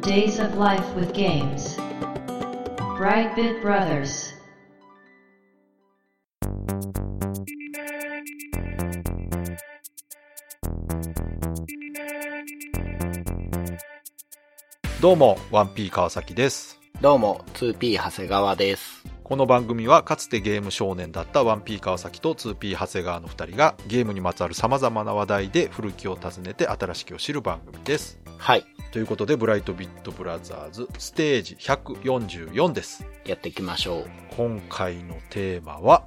Days of Life with Games. Brightbit Brothers. どうも、1P 川崎です。どうも、2P 長谷川です。この番組はかつてゲーム少年だった 1P 川崎と 2P 長谷川の2人がゲームにまつわる様々な話題で古きを訪ねて新しきを知る番組です。はい、ということで、ブライトビットブラザーズステージ144です。やっていきましょう。今回のテーマは、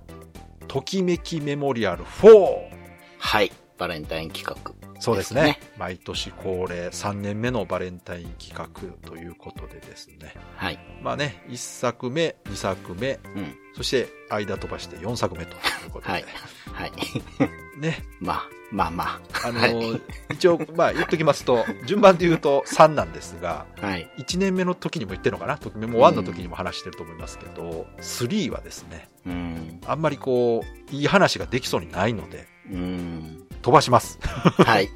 ときめきメモリアル 4! はい、バレンタイン企画。そうですでねすね。毎年恒例3年目のバレンタイン企画ということでですね。はい、まあね、1作目、2作目、うん、そして間飛ばして4作目ということで、はい、はい。 ね、まあ、まあまあの、は一応、まあ言っときますと、順番で言うと3なんですが、あ、はい。 1年目の時にも言ってるのかな、ときメモ1の時にも話してると思いますけど、3はですね、うん、あんまりこう、いい話ができそうにないので、うん、飛ばし ます。はい、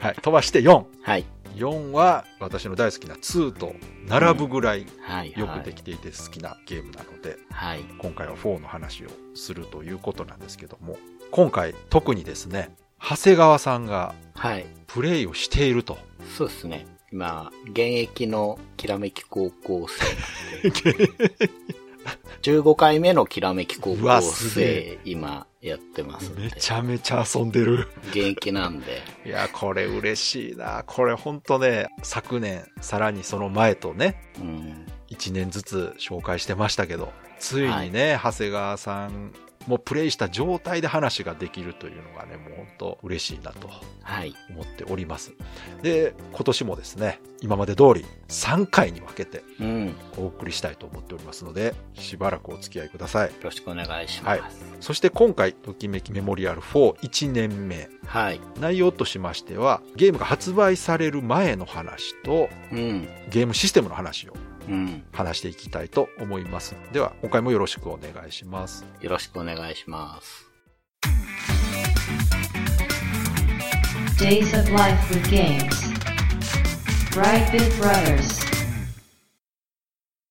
はい、飛ばして4。はい、 4は私の大好きな2と並ぶぐらいはい。よくできていて好きなゲームなので、はい、今回は4の話をするということなんですけども今回特にですね長谷川さんがはい。プレイをしているとそうですね。今、現役のきらめき高校生。15回目のきらめき高うわ校すげ生、今やってますんでめちゃめちゃ遊んでる現役なんで。いやこれ嬉しいなこれほんとね昨年さらにその前とねうん、 1年ずつ紹介してましたけどついにね、長谷川さんもプレイした状態で話ができるというのがねもうほんと嬉しいなとはい、思っておりますで今年もですね今まで通り3回に分けてうん、よお送りしたいと思っておりますのでしばらくお付き合いくださいろしくお願いします。そして今回「ときめきメモリアル41年目はい、」内容としましてはゲームが発売される前の話とうん、ゲームシステムの話をうん。話していきたいと思いますでは今回もよろしくお願いしますよろしくお願いします。 Days of Life with Games. Brightbit Brothers.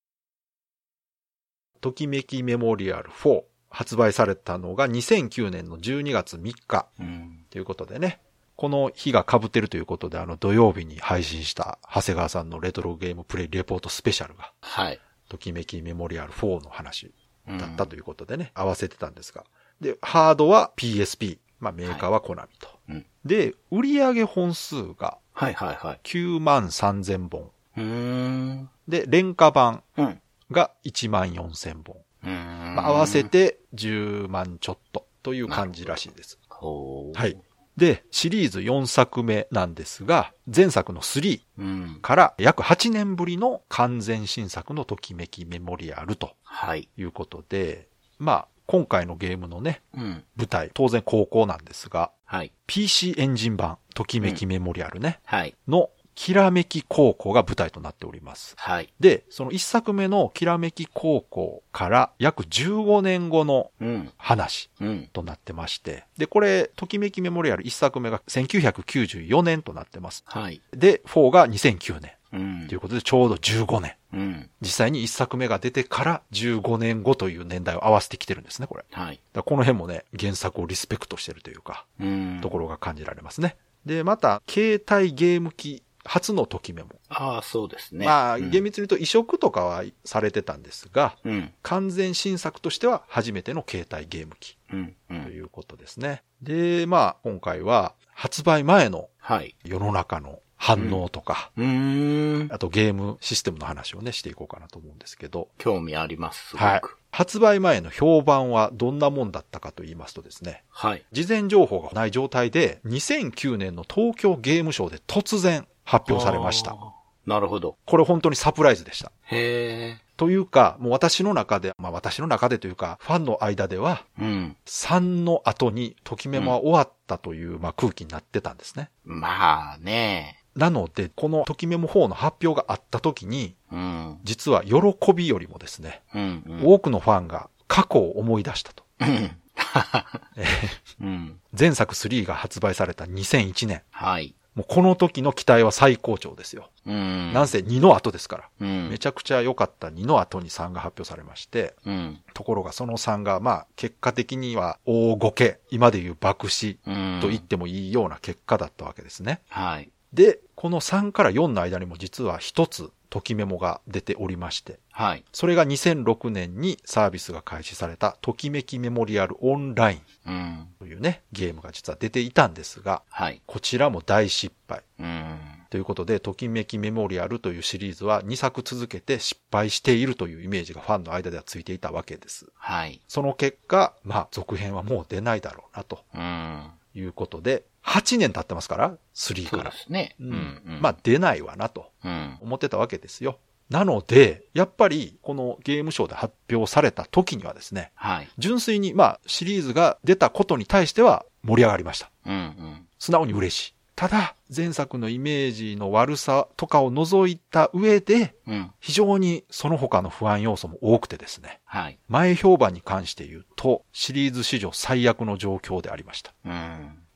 「ときめきメモリアル4」発売されたのが2009年の12月3日うん。ということでね、この日が被ってるということで、あの土曜日に配信した長谷川さんのレトロゲームプレイレポートスペシャルが、はい。ときめきメモリアル4の話うんだったということでね、合わせてたんですが。で、ハードは PSP、まあメーカーはコナミと。うんで、売上本数がはいはいはい。 9万3000本。うーん。で、廉価版うん。が1万4000本。うんまあ合わせ。て10万ちょっとという感じらしいです。ほう。はい。。で、シリーズ4作目なんですが、前作の3うん。から約8年ぶりの完全新作のときめきメモリアルとはい。いうことで、まあ、今回のゲームのね、うん。舞台、当然高校なんですが、はい。 PC エンジン版、ときめきメモリアルね、はい。の、きらめき高校が舞台となっております。はい。で、その1作目のきらめき高校から約15年後のうん。話うん。となってまして。で、これ、ときめきメモリアル1作目が1994年となってます。はい。で、4が2009年うんということで、ちょうど15年。うん。実際に1作目が出てから15年後という年代を合わせてきてるんですね、これ。だかはい。らこの辺もね、原作をリスペクトしてるというか、うん。ところが感じられますね。で、また、携帯ゲーム機初のときメモ。ああ、そうですね。まあ、うん厳密に言うと移植とかはされてたんですが、うん。完全新作としては初めての携帯ゲーム機うん。とうん。いうことですね。で、まあ、今回は発売前のはい。世の中の反応とか、うーん。あとゲームシステムの話をね、していこうかなと思うんですけど、興味あります、すごはいく。。発売前の評判はどんなもんだったかと言いますとですね、はい。事前情報がない状態で、2009年の東京ゲームショーで突然発表されました。あー。なるほど。これ本当にサプライズでした。へえ。というか、もう私の中で、まあ私の中でというか、ファンの間では、うん。 3の後に、ときめもは終わったという、まあ空気になってたんですね。まあね。なので、このときメモ4の発表があった時に、うん。実は喜びよりもですね、うん。うん多くのファンが過去を思い出したと。うん。 えーうん。前作3が発売された2001年、はい。もうこの時の期待は最高潮ですよ。うん。なんせ2の後ですから。うん。めちゃくちゃ良かった2の後に3が発表されまして、うん。ところがその3が、まあ、結果的には大ごけ、今でいう爆死うん。と言ってもいいような結果だったわけですね。はい。で、この3から4の間にも実は一つ、ときメモが出ておりまして、はい。それが2006年にサービスが開始された、ときめきメモリアルオンラインうん。というね、ゲームが実は出ていたんですが、はい。こちらも大失敗。うん。ということで、ときめきメモリアルというシリーズは2作続けて失敗しているというイメージがファンの間ではついていたわけです。はい。その結果、まあ、続編はもう出ないだろうなとうん。いうことで、8年経ってますから、3そかうでら。すね。うんうんまあ、、出ないわなとうん。思ってたわけですよ。なので、やっぱり、このゲームショーで発表された時にはですね、はい。純粋に、まあ、シリーズが出たことに対しては盛り上がりました。うん。うん。素直に嬉しい。ただ、前作のイメージの悪さとかを除いた上で、うん。非常にその他の不安要素も多くてですね、はい。前評判に関して言うと、シリーズ史上最悪の状況でありました。うん。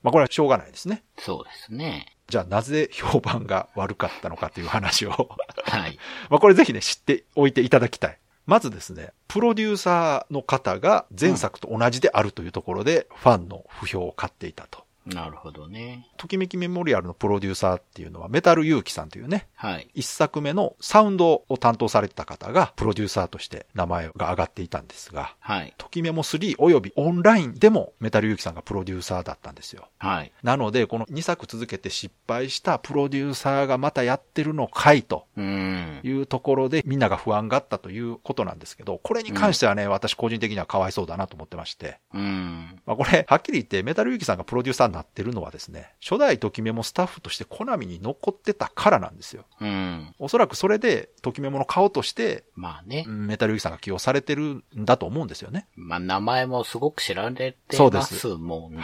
まあこれはしょうがないですね。そうですね。じゃあなぜ評判が悪かったのかという話を。 はい。まあこれぜひね、知っておいていただきたい。まずですね、プロデューサーの方が前作と同じであるというところで、ファンの不評を買っていたと。なるほどね。ときめきメモリアルのプロデューサーっていうのはメタルユウキさんというね、はい。一作目のサウンドを担当されてた方がプロデューサーとして名前が挙がっていたんですが、はい。ときメモ3およびオンラインでもメタルユウキさんがプロデューサーだったんですよ。はい。なので、この2作続けて失敗したプロデューサーがまたやってるのかいとうん。いうところでみんなが不安があったということなんですけど、これに関してはね、私個人的にはかわいそうだなと思ってまして、うん。まあ、これ、はっきり言って、メタルユキさんがプロデューサーになってるのはですね、初代ときメモスタッフとしてコナミに残ってたからなんですよ。うん。おそらくそれで、ときメモの顔として、まあねう。んメタルユキさんが起用されてるんだと思うんですよね。まあ名前もすごく知られてそうでますすもんね。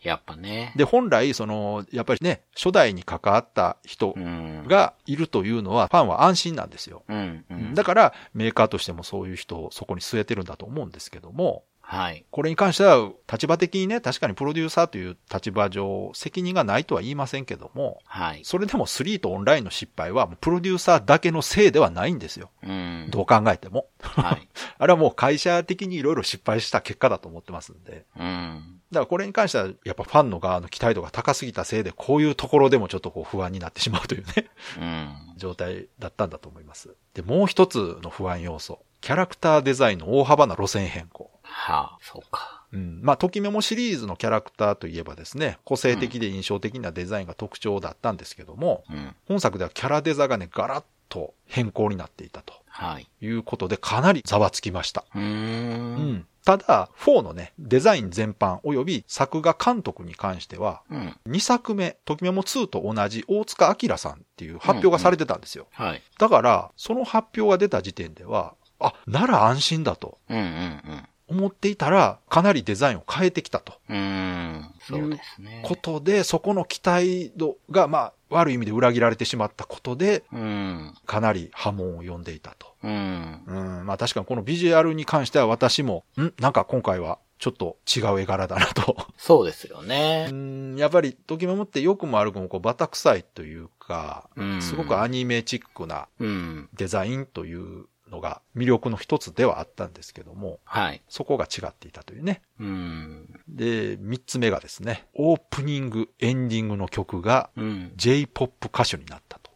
はやっぱね。で、本来、その、やっぱりね、初代に関わった人うん。、がいるというのは、ファンは安心なんですよ。うん。うん。だから、メーカーとしてもそういう人をそこに据えてるんだと思うんですけども、はい。これに関しては、立場的にね、確かにプロデューサーという立場上、責任がないとは言いませんけども、はい。それでも3とオンラインの失敗は、プロデューサーだけのせいではないんですよ。うん。どう考えても。はい。あれはもう会社的にいろいろ失敗した結果だと思ってますんで。うん。だからこれに関しては、やっぱファンの側の期待度が高すぎたせいで、こういうところでもちょっとこう不安になってしまうというね、 うん。状態だったんだと思います。で、もう一つの不安要素。キャラクターデザインの大幅な路線変更。はあ、そうか。うん。まあ、ときメモシリーズのキャラクターといえばですね、個性的で印象的なデザインが特徴だったんですけども、うん。本作ではキャラデザがね、ガラッと変更になっていたとはい。いうことで、かなりざわつきました。うー。うんただ、4のね、デザイン全般及び作画監督に関しては、うん。 2作目、ときめも2と同じ大塚明さんっていう発表がされてたんですよ。はい。だから、その発表が出た時点では、あ、なら安心だとうんうん思っていたら、かなりデザインを変えてきたと。うん。うん。そうですね。ことで、そこの期待度が、まあ、悪い意味で裏切られてしまったことで、うん。かなり波紋を呼んでいたと。うん。うん、まあ確かにこのビジュアルに関しては私も、んなんか今回はちょっと違う絵柄だなと。そうですようね。ん、やっぱり、ときめもって良くも悪くもこうバタ臭いというか、うん。すごくアニメチックなうん。デザインというのが魅力の一つではあったんですけども、はい。そこが違っていたというね。うん。で、三つ目がですね、オープニング、エンディングの曲がうん。 J-POP 歌手になったと。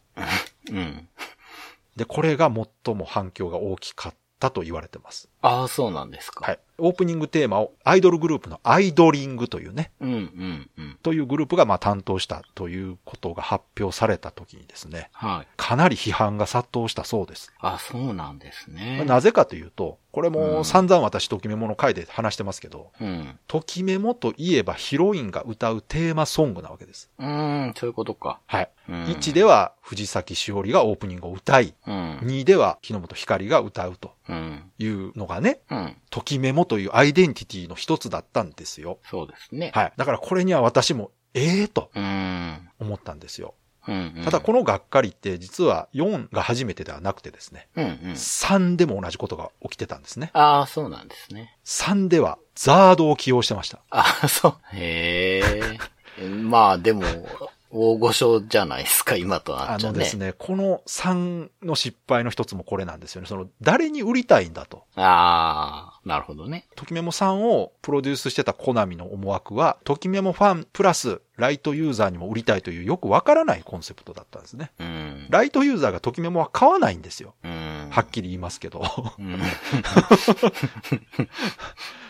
うん。で、これが最も反響が大きかったと言われてます。ああ、そうなんですか。はい。オープニングテーマをアイドルグループのアイドリングというね、うんうんうん。というグループがまあ担当したということが発表された時にですね、はい。かなり批判が殺到したそうです。あ、そうなんですね。なぜかというと、これうもん散々私ときメモの回で話してますけど、うん。ときメモといえばヒロインが歌うテーマソングなわけです。うーん、そういうことか。はい。うん、 1では藤崎しおりがオープニングを歌い、うん。 2では木本ひかりが歌うとうん。いうのがね、うん。ときメモというアイデンティティの一つだったんですよ。そうですね。はい。だからこれには私も、ええとうーん。思ったんですよ。うん、うん。ただこのがっかりって実は4が初めてではなくてですね、うんうん。 3でも同じことが起きてたんですね。ああ、そうなんですね。 3ではザードを起用してました。 ああ、そう。へえ。まあ、でも、大御所じゃないですか、今となあっちゃのうでねす。ね、この3の失敗の一つもこれなんですよね。その、誰に売りたいんだと。ああ、なるほどね。ときメモさんをプロデュースしてたコナミの思惑は、ときメモファンプラスライトユーザーにも売りたいというよくわからないコンセプトだったんですね。うん。ライトユーザーがときメモは買わないんですよ。うん。はっきり言いますけど。 うん。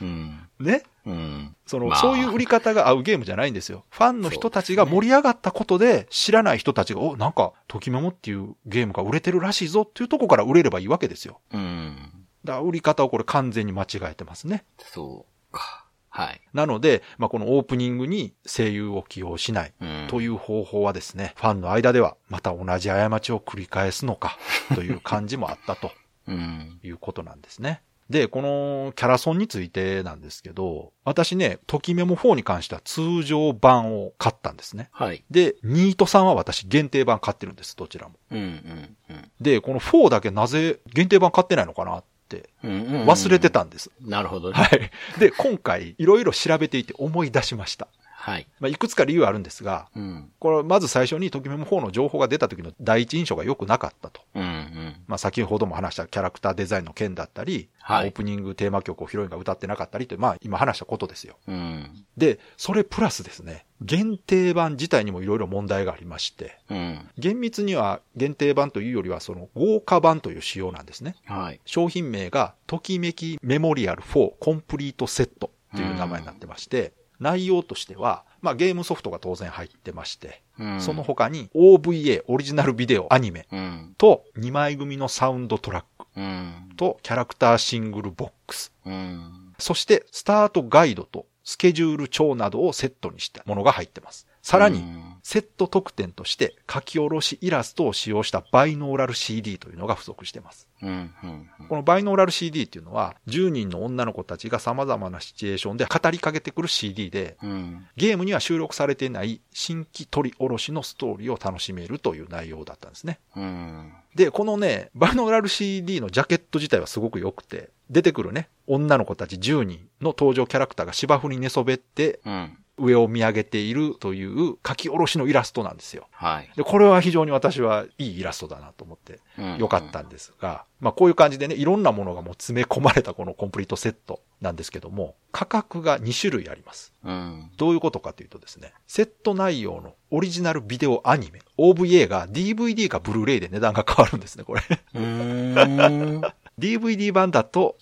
うん。ね。うん。その、まあそういう売り方が合うゲームじゃないんですよ。ファンの人たちが盛り上がったことで、知らない人たちが、お、なんか、ときメモっていうゲームが売れてるらしいぞっていうとこから売れればいいわけですよ。うん。だから売り方をこれ完全に間違えてますね。そうか。はい。なので、まあ、このオープニングに声優を起用しないうん。という方法はですね、ファンの間ではまた同じ過ちを繰り返すのかという感じもあったとうん。いうことなんですね。 で、このキャラソンについてなんですけど、私ね、ときメモ4に関しては通常版を買ったんですね。はい。で、ニートさんは私限定版買ってるんです、どちらも。うんうんうん。で、この4だけなぜ限定版買ってないのかなってうんうんうん忘れて。たんです。なるほどね。はい。で、今回、いろいろ調べていて思い出しました。はい。まあ、いくつか理由はあるんですが、うん。これ、まず最初に、ときめも4の情報が出た時の第一印象が良くなかったと。うんうん。まあ、先ほども話したキャラクターデザインの件だったり、はいオープニングテーマ曲をヒロインが歌ってなかったりという、まあ、今話したことですよ。うん。で、それプラスですね、限定版自体にもいろいろ問題がありまして、うん。厳密には限定版というよりは、その豪華版という仕様なんですね。はい。商品名が、ときめきメモリアル4コンプリートセットという名前になってまして、内容としては、まあゲームソフトが当然入ってまして、うん。その他に OVA、オリジナルビデオ、アニメうん。と2枚組のサウンドトラックうん。とキャラクターシングルボックス、うん。そしてスタートガイドとスケジュール帳などをセットにしたものが入ってます。さらに、うんセット特典として書き下ろしイラストを使用したバイノーラル CD というのが付属してます。うん。うん。このバイノーラル CD っていうのは、10人の女の子たちが様々なシチュエーションで語りかけてくる CD で、うん。ゲームには収録されていない新規取り下ろしのストーリーを楽しめるという内容だったんですね。うん。で、このね、バイノーラル CD のジャケット自体はすごく良くて、出てくるね、女の子たち10人の登場キャラクターが芝生に寝そべって、うん。上を見上げているという書き下ろしのイラストなんですよ。はい。で、これは非常に私はいいイラストだなと思って良かったんですが、まあこういう感じでね、いろんなものがもう詰め込まれたこのコンプリートセットなんですけども、価格が2種類あります。うん。どういうことかというとですね、セット内容のオリジナルビデオアニメ、OVA が DVD かブルーレイで値段が変わるんですね、これ。 うん。うん。 DVD 版だと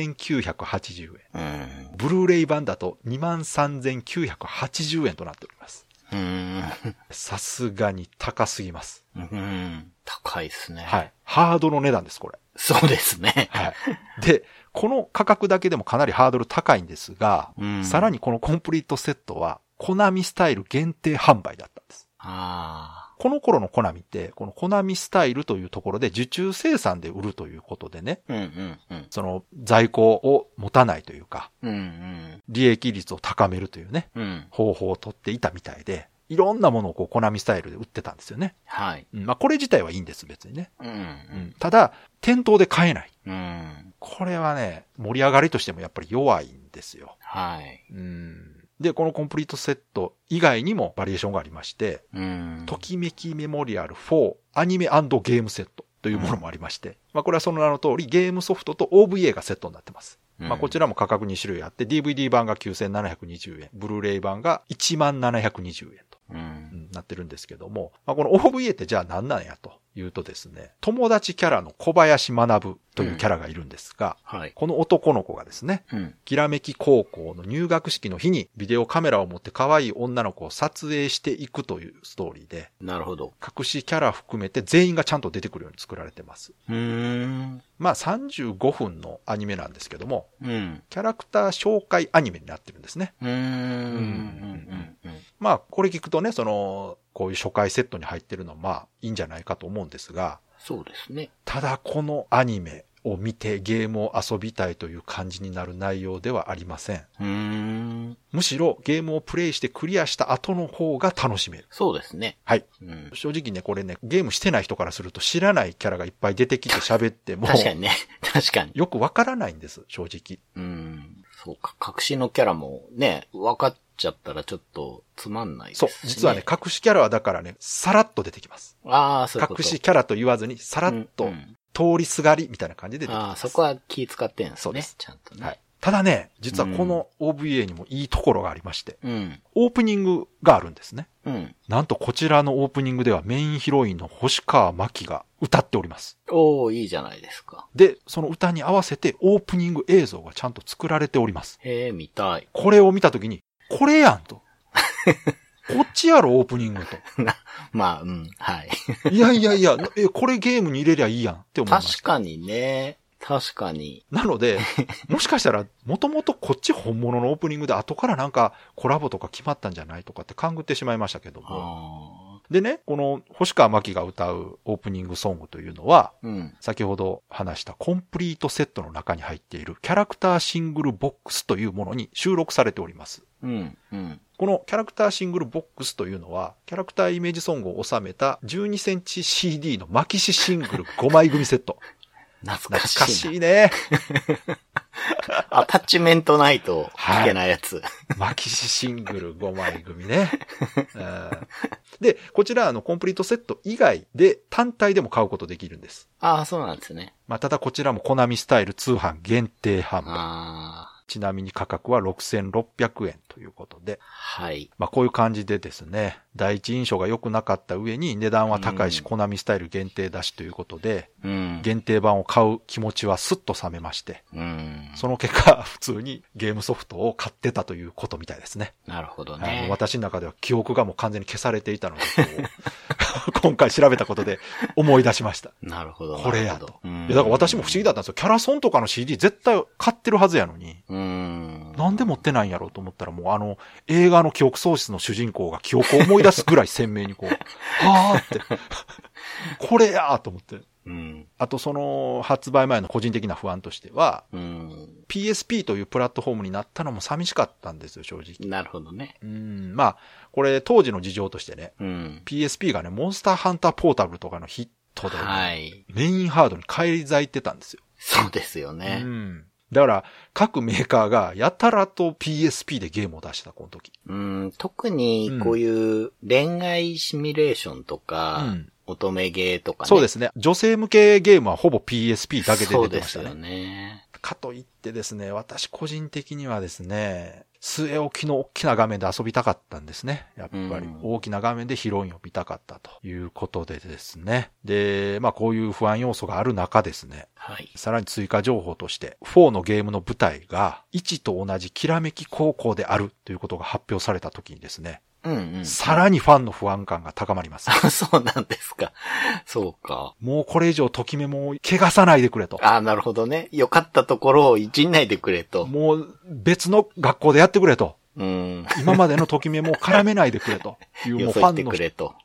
22,980円。うん。ブルーレイ版だと23,980円となっております。うん。さすがに高すぎます。うん。高いですね。はい。ハードの値段です、これ。そうですね。はい。で、この価格だけでもかなりハードル高いんですが、うんさらにこのコンプリートセットは、コナミスタイル限定販売だったんです。あこの頃のコナミって、このコナミスタイルというところで受注生産で売るということでね、あ。うんうんうん。その在庫を持たないというか、うん利益率を高めるというね、うん。うん。方法を取っていたみたいで、いろんなものをこうコナミスタイルで売ってたんですよね。はい。うんまあこれ自体はいいんです、別にね。うんうんただ、店頭で買えない。うん。うん。これはね、盛り上がりとしてもやっぱり弱いんですよ。はい。うん。で、このコンプリートセット以外にもバリエーションがありまして、うん。ときめきメモリアル4アニメゲームセットというものもありまして、まあこれはその名の通りゲームソフトと OVA がセットになってます。まあこちらも価格2種類あって、DVD 版が9720円、ブルーレイ版が1720円とうんら。う。んなってるんですけども、まあこの OVA ってじゃあ何なんやというとですね、友達キャラの小林学というキャラがいるんですが、はい。この男の子がですね、うん。きらめき高校の入学式の日にビデオカメラを持って可愛い女の子を撮影していくというストーリーで、なるほど。隠しキャラ含めて全員がちゃんと出てくるように作られてます。うーん。まあ35分のアニメなんですけども、うん。キャラクター紹介アニメになってるんですね。うーん。うん。まあこれ聞くとね、その、こういう初回セットに入ってるのはまあいいんじゃないかと思うんですが、そうですね。ただこのアニメを見てゲームを遊びたいという感じになる内容ではありません。うーん。むしろゲームをプレイしてクリアした後の方が楽しめる。そうですね。はい。うん。正直ね、これね、ゲームしてない人からすると知らないキャラがいっぱい出てきて喋っても、確かにね。 確かに。よくわからないんです、正直。うん。そうか。隠しのキャラもね、分かっちゃったらちょっとつまんないですそね。う。実はね、隠しキャラはだからね、さらっと出てきます。ああ、そういうこと隠しキャラと言わずに、さらっうとんうん通りすがりみたいな感じで出てきあまあ、す。そこは気使ってんすね。そうですちゃんとね。はい。ただね、実はこの OVA にもいいところがありまして、うん。オープニングがあるんですね。うん。なんとこちらのオープニングではメインヒロインの星川真希が歌っております。おー、いいじゃないですか。で、その歌に合わせてオープニング映像がちゃんと作られております。へえ、見たい。これを見たときに、これやん と。こっちやろ、オープニングまあ、うん、はい。と。いやいやいや、え、これゲームに入れりゃいいやんって思いました。確かにね。確かに。なので、もしかしたら、もともとこっち本物のオープニングで後からなんかコラボとか決まったんじゃないとかって勘ぐってしまいましたけども。あでね、この星川真希が歌うオープニングソングというのは、あ。うん。先ほど話したコンプリートセットの中に入っているキャラクターシングルボックスというものに収録されております。うん。うん。このキャラクターシングルボックスというのは、キャラクターイメージソングを収めた12センチ CD の巻きしシングル5枚 組セット。懐懐かしいな。かしいね。アタッチメントないといけないやつ。巻きしシングル5枚組ね。 うんで、こちらあのコンプリートセット以外で単体でも買うことできるんです。ああ、そうなんですね。まあ、ただこちらもコナミスタイル通販限定販売。ああ。ちなみに価格は6600円ということで、はい。まあこういう感じでですね、第一印象が良くなかった上に値段は高いし、うんコナミスタイル限定だしということで、うん。限定版を買う気持ちはスッと冷めまして、うん。その結果、普通にゲームソフトを買ってたということみたいですね。なるほどあのね。私の中では記憶がもう完全に消されていたので、こう 今回調べたことで思い出しました。なるほど。これやなとるほど。。うんいやだから私も不思議だっ。たんですよ。キャラソンとかの CD 絶対買ってるはずやのに、うん。なんで持ってないんやろうと思ったら、もうあの、映画の記憶喪失の主人公が記憶を思い出すぐらい鮮明に こう、はーって、これやーと思って。うん。あとその、発売前の個人的な不安としては、うん。 PSP というプラットフォームになったのも寂しかったんですよ、正直。なるほどね。うん、まあ、これ当時の事情としてね、うん。 PSP がね、モンスターハンターポータブルとかのヒットで、はい。メインハードに返り咲いてたんですよ。そうですよねう。ん。だから、各メーカーがやたらと PSP でゲームを出した、この時。うん。特に、こういう恋愛シミュレーションとか、うん乙女ゲーとかね。。そうですすね。女性向けゲームはほぼ PSP だけでそ出うてでましすたよね。ね。かといってですね、私個人的にはですね、据え置きの大きな画面で遊びたかったんですね。やっぱりうん大きな画面でヒロインを見たかったということでですね。で、まあこういう不安要素がある中ですね。はい。さらに追加情報として、4のゲームの舞台が1と同じきらめき高校であるということが発表された時にですね、うんうん。さらにファンの不安感が高まります。あ、 そうなんですか。そうか。もうこれ以上ときめもを汚さないでくれと。あなるほどね。良かったところをいじんないでくれと。もう別の学校でやってくれと。うん。今までのときめもを絡めないでくれという、も ようフそァしてンのく悲れと。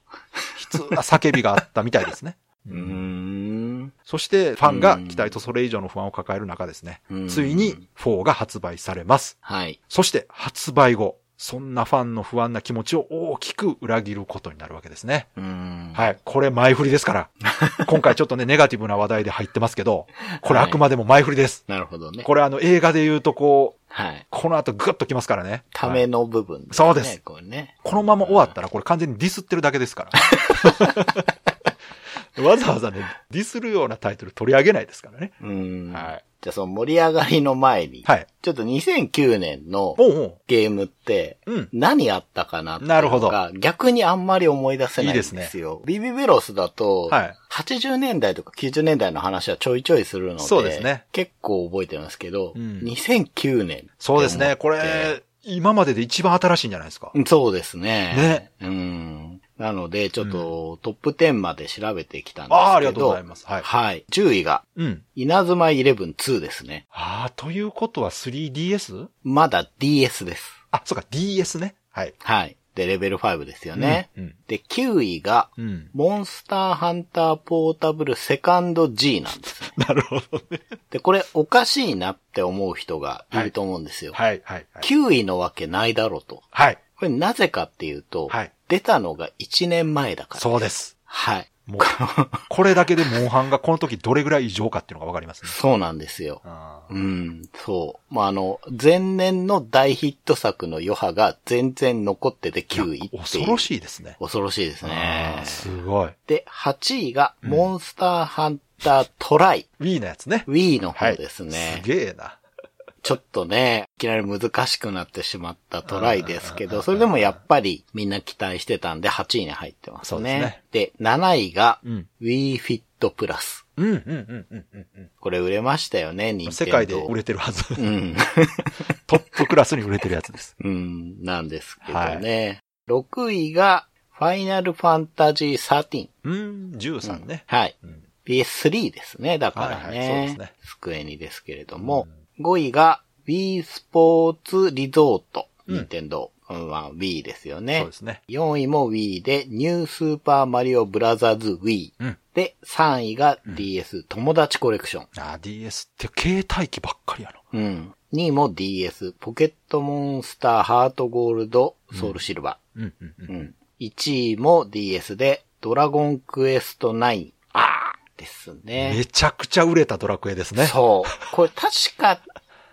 痛な叫びがあったみたいですね。うーん。そして、ファンが期待とそれ以上の不安を抱える中ですねうん。ついに4が発売されます。はい。そして、発売後、そんなファンの不安な気持ちを大きく裏切ることになるわけですね。うーん。はい。これ前振りです から。今回ちょっとね、ネガティブな話題で入ってますけど、これあくまでも前振りです。なるほどね。これあの映画で言うとこう、はい。この後グッときますからね。たはいめの部分、ねそうですこれね。このまま終わったらこれ完全にディスってるだけです から。わざわざね、ディスるようなタイトル取り上げないですからね。うーん。はいじゃあその盛り上がりの前に、はい。ちょっと2009年のおうおゲームって、う。うん。何あったかなっていうのがなるほど逆にあんまり思い出せないんですよ。いいですビビベロスだと、はい80年代とか90年代の話はちょいちょいするので、そうですね結構覚えてますけど、うん2009年。そうです思っね。てこれ、今までで一番新しいんじゃないですか。そうですね。ね。うん。なので、ちょっと、トップ10まで調べてきたんですけど。ああ、ありがとうございます。はい。はい。10位が、うん。稲妻112ですね。ああ、ということは 3DS? まだ DS です。あ、そうか、DS ね。はい。はい。で、レベル5ですよね。うんうんで、9位が、うん。モンスターハンターポータブルセカンド G なんですね。 なるほどね。で、これおかしいなって思う人がいると思うんですよ。はい、はい、はい。 9位のわけないだろうと。はい。これなぜかっていうと、はい出たのが1年前だから。そうです。はい。 もう、これだけでモンハンがこの時どれぐらい異常かっていうのがわかりますね。そうなんですよ。あーうん、そう。まあ、あの、前年の大ヒット作の余波が全然残ってて9位っていう。恐ろい。しいですね。恐ろしいですあねー。すごい。で、8位が、モンスターハンタートライ。 Wii のやつね。 Wii の方ですね。すげえな。ちょっとね、いきなり難しくなってしまったトライですけど、それでもやっぱりみんな期待してたんで8位に入ってますね。そうですねで、7位がうん。 Wii Fit Plus。うん、うん、うん、うんうん、うんこれ売れましたよね、任うん。天堂世界で売れてるはず。 うん。トップクラスに売れてるやつです。うん、なんですけどね。6位がファイナルファンタジー13。うん、13ね。はい。うん。 PS3 ですね、だからはいはいそうでねすね。机にですけれども、5位が Wii スポーツリゾート。うん任天堂。うん、まあ Wii ですよそうねで。すね。 4位も Wii で、ニュースーパーマリオブラザーズ Wii。うん。で、3位が DS、友達コレクション。あー、DS って携帯機ばっかりやな。うん。2位も DS、ポケットモンスターハートゴールド、ソウルシルバうん、うん、う。ー。うんん。1位も DS で、ドラゴンクエスト9。あーですね。めちゃくちゃ売れたドラクエですね。そう。これ確か、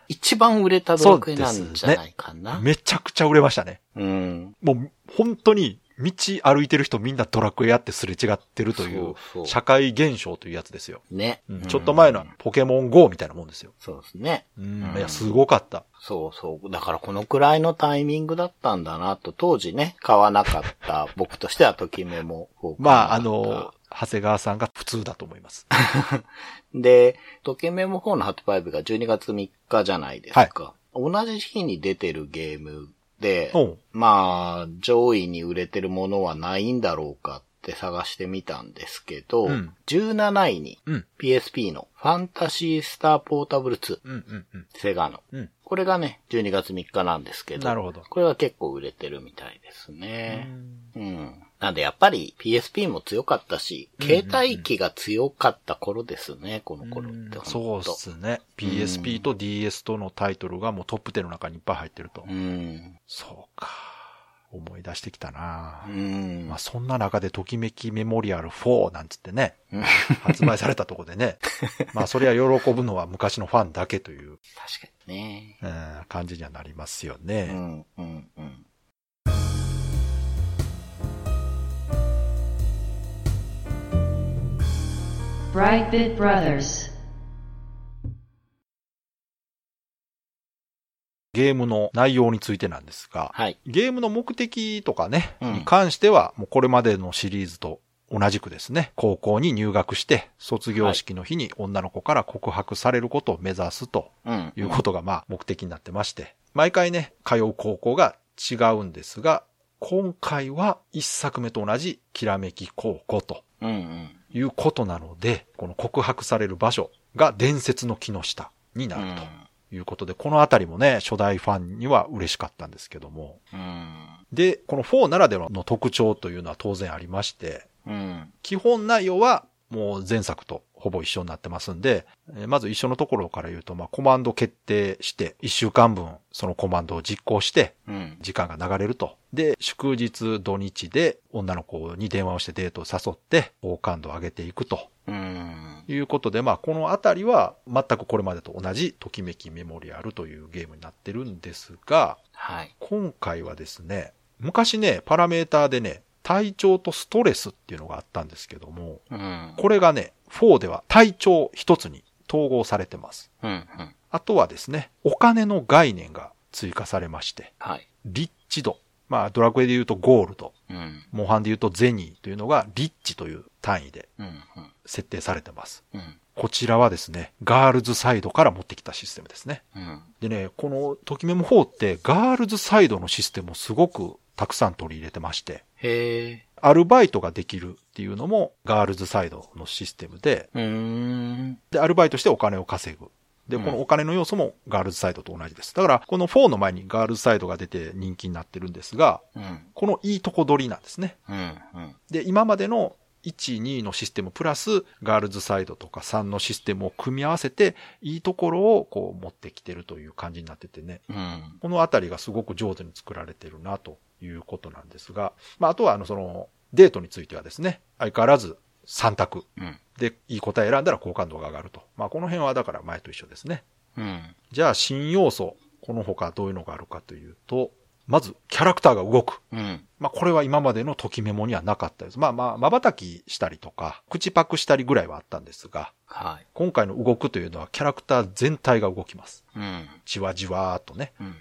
一番売れたドラクエなんじゃないかな。めちゃくちゃ売れましたね。うん。もう本当に道歩いてる人みんなドラクエやってすれ違ってるといそううそう社会現象というやつですよ。ねうん。ちょっと前のうんポケモン GO みたいなもんですよ。そうですね。うん。いや、すごかった。そうそう。だからこのくらいのタイミングだったんだなと、当時ね、買わなかった僕としてはときめも多くなまあ、かあったの、長谷川さんが普通だと思います。で、ときめも4の発売日が12月3日じゃないですか。同じ日に出てるゲームで、うんまあ、上位に売れてるものはないんだろうかって探してみたんですけど、うん17位にうん。 PSP のファンタシースターポータブル2、うん、うん、うん。セガの。うん。これがね、12月3日なんですけど、なるほどこれは結構売れてるみたいですね。うん。なんでやっぱり PSP も強かったし、携帯機が強かった頃ですね、この頃って。そうっっ。すね。PSP と DS とのタイトルがもうトップ10の中にいっぱい入ってると。うん。そうか。思い出してきたなう、んまあ、。そんな中で、ときめきメモリアル4なんつってね、発売されたとこで ね、まあ、それは喜ぶのは昔のファンだけという、確かにね。うん感じにはなりますようね。ん、うん、うん。 Brightbit Brothers. ゲームの内容についてなんですが、はい。ゲームの目的とかね、うんに関しては、もうこれまでのシリーズと同じくですね、高校に入学して、卒業式の日に女の子から告白されることを目指すとうん。いうことが、まあ、目的になってまして、毎回ね、通う高校が違うんですが、今回は一作目と同じ、きらめき高校とうん、うん。いうことなので、この告白される場所が伝説の木の下になうるん。ということで、このあたりもね、初代ファンには嬉しかったんですけども、うん。で、この4ならではの特徴というのは当然ありまして、うん。基本内容はもう前作とほぼ一緒になってますんで、えーまず一緒のところから言うと、まあコマンド決定して、1週間分そのコマンドを実行して、うん。時間が流れると。で、祝日土日で女の子に電話をしてデートを誘って、好感度を上げていくとうん。いうことで、まあこのあたりは全くこれまでと同じときめきメモリアルというゲームになってるんですが、はい。今回はですね、昔ね、パラメーターでね、体調とストレスっていうのがあったんですけども、うん。これがね、4では体調一つに統合されてます。うん、うん。あとはですね、お金の概念が追加されまして、はい。リッチ度。まあ、ドラクエで言うとゴールド、うん。モンハンで言うとゼニーというのがリッチという単位でうん、うん。設定されてます。うん。こちらはですね、ガールズサイドから持ってきたシステムですね。うん。でね、このときめも4ってガールズサイドのシステムをすごくたくさん取り入れてまして、へえ。アルバイトができるっていうのもガールズサイドのシステムで、うーん。で、アルバイトしてお金を稼ぐ。で、このお金の要素もガールズサイドと同じです。だから、この4の前にガールズサイドが出て人気になってるんですが、うん。このいいとこ取りなんですね。うん。うん。で、今までの1、2のシステムプラス、ガールズサイドとか3のシステムを組み合わせて、いいところをこう持ってきてるという感じになっててね、うん。このあたりがすごく上手に作られてるなということなんですが、まあ、あとはあのそのデートについてはですね、相変わらず3択。うん。で、いい答え選んだら好感度が上がると。まあ、この辺はだから前と一緒ですね。うん。じゃあ、新要素。この他どういうのがあるかというと、まず、キャラクターが動く。うん。まあ、これは今までのときメモにはなかったです。まあまあ、瞬きしたりとか、口パクしたりぐらいはあったんですが、はい。今回の動くというのはキャラクター全体が動きます。うん。じわじわーっとね。うん。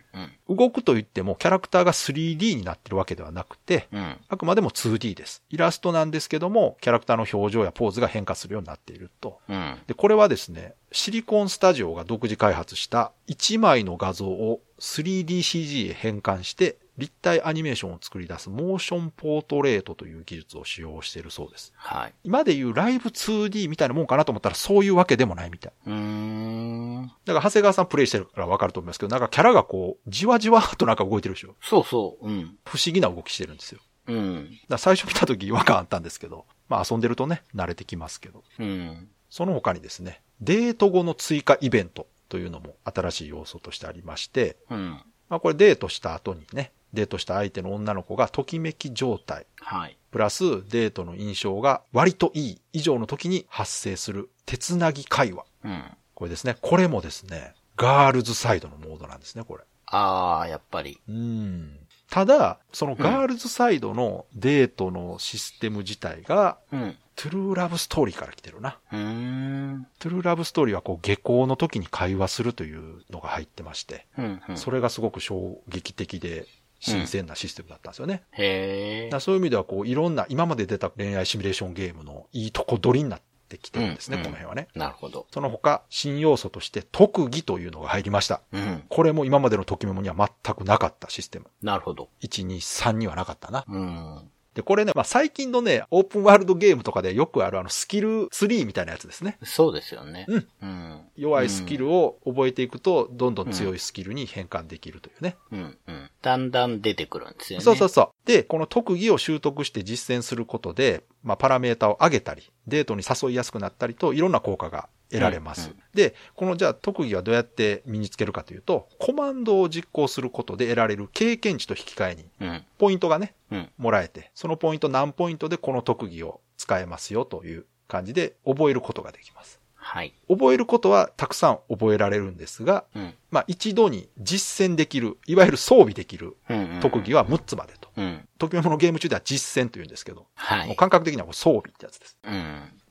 うん。動くと言ってもキャラクターが 3D になってるわけではなくて、うん。あくまでも 2D です。イラストなんですけども、キャラクターの表情やポーズが変化するようになっていると。うん。で、これはですね、シリコンスタジオが独自開発した1枚の画像を 3DCG へ変換して立体アニメーションを作り出すモーションポートレートという技術を使用しているそうです。はい。今でいうライブ 2D みたいなもんかなと思ったらそういうわけでもないみたい。うーん。だから長谷川さんプレイしてるからわかると思いますけど、なんかキャラがこう、じわじわっとなんか動いてるでしょ。そうそう。うん。不思議な動きしてるんですよ。うだん。から最初見た時違和感あったんですけど、まあ遊んでるとね、慣れてきますけど。うん。その他にですね、デート後の追加イベントというのも新しい要素としてありまして、うん。まあこれデートした後にね、デートした相手の女の子がときめき状態、はい。プラスデートの印象が割といい以上の時に発生する手つなぎ会話。うん。これですね、これもですね、ガールズサイドのモードなんですね、これ。ああ、やっぱり。うん。ただ、そのガールズサイドのデートのシステム自体が、うん。トゥルーラブストーリーから来てるな。うーん。トゥルーラブストーリーはこう下校の時に会話するというのが入ってまして、うん。うんそれがすごく衝撃的で新鮮なシステムだったんですよね。へえだか。らそういう意味ではこういろんな今まで出た恋愛シミュレーションゲームのいいとこ取りになってきてるんですね、うんこの辺はね。なるほど。その他、新要素として特技というのが入りました。うん。これも今までのときメモには全くなかったシステム。なるほど。 1、2、3にはなかったな。うん。で、これね、まあ、最近のね、オープンワールドゲームとかでよくあるあの、スキルツリーみたいなやつですね。そうですよね。うん。うん。弱いスキルを覚えていくと、どんどん強いスキルに変換できるというね。うん。うん。だんだん出てくるんですよね。そうそうそう。で、この特技を習得して実践することで、まあ、パラメータを上げたり、デートに誘いやすくなったりと、いろんな効果が得られます。うんうんで、このじゃあ特技はどうやって身につけるかというと、コマンドを実行することで得られる経験値と引き換えに、う。うん。ポイントがね、うん。もらえて、そのポイント何ポイントでこの特技を使えますよという感じで覚えることができます。はい。覚えることはたくさん覚えられるんですが、うん。まあ一度に実践できる、いわゆる装備できるうんうん。特技は6つまでと。うん。時メモのゲーム中では実践というんですけど、はもうい。感覚的にはもう装備ってやつです。うん。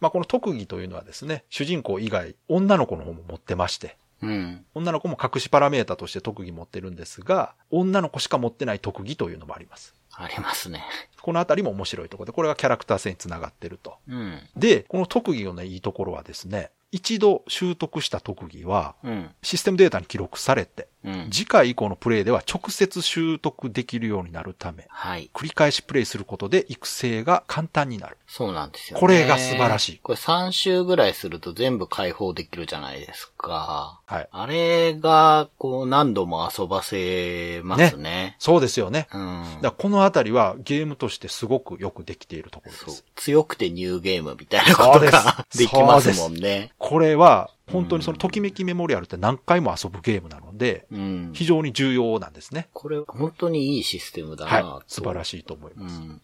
まあこの特技というのはですね、主人公以外女の子の方も持ってまして、うん。女の子も隠しパラメータとして特技持ってるんですが、女の子しか持ってない特技というのもあります。ありますね。このあたりも面白いところで、これがキャラクター性につながってると。うん。で、この特技のね、いいところはですね、一度習得した特技は、うん。システムデータに記録されて、うん。次回以降のプレイでは直接習得できるようになるため、はい。繰り返しプレイすることで育成が簡単になる。そうなんですよ、ね。これが素晴らしいこれ3週ぐらいすると全部解放できるじゃないですか。はい。あれが、こう、何度も遊ばせますね。そうですよね。うん。だからこのあたりはゲームとしてすごくよくできているところでそうす。。強くてニューゲームみたいなこそうとがです できますもんね。これは、本当にそのときめきメモリアルって何回も遊ぶゲームなので、うん。非常に重要なんですね。これ、本当にいいシステムだなと、はい。素晴らしいと思いうます。ん。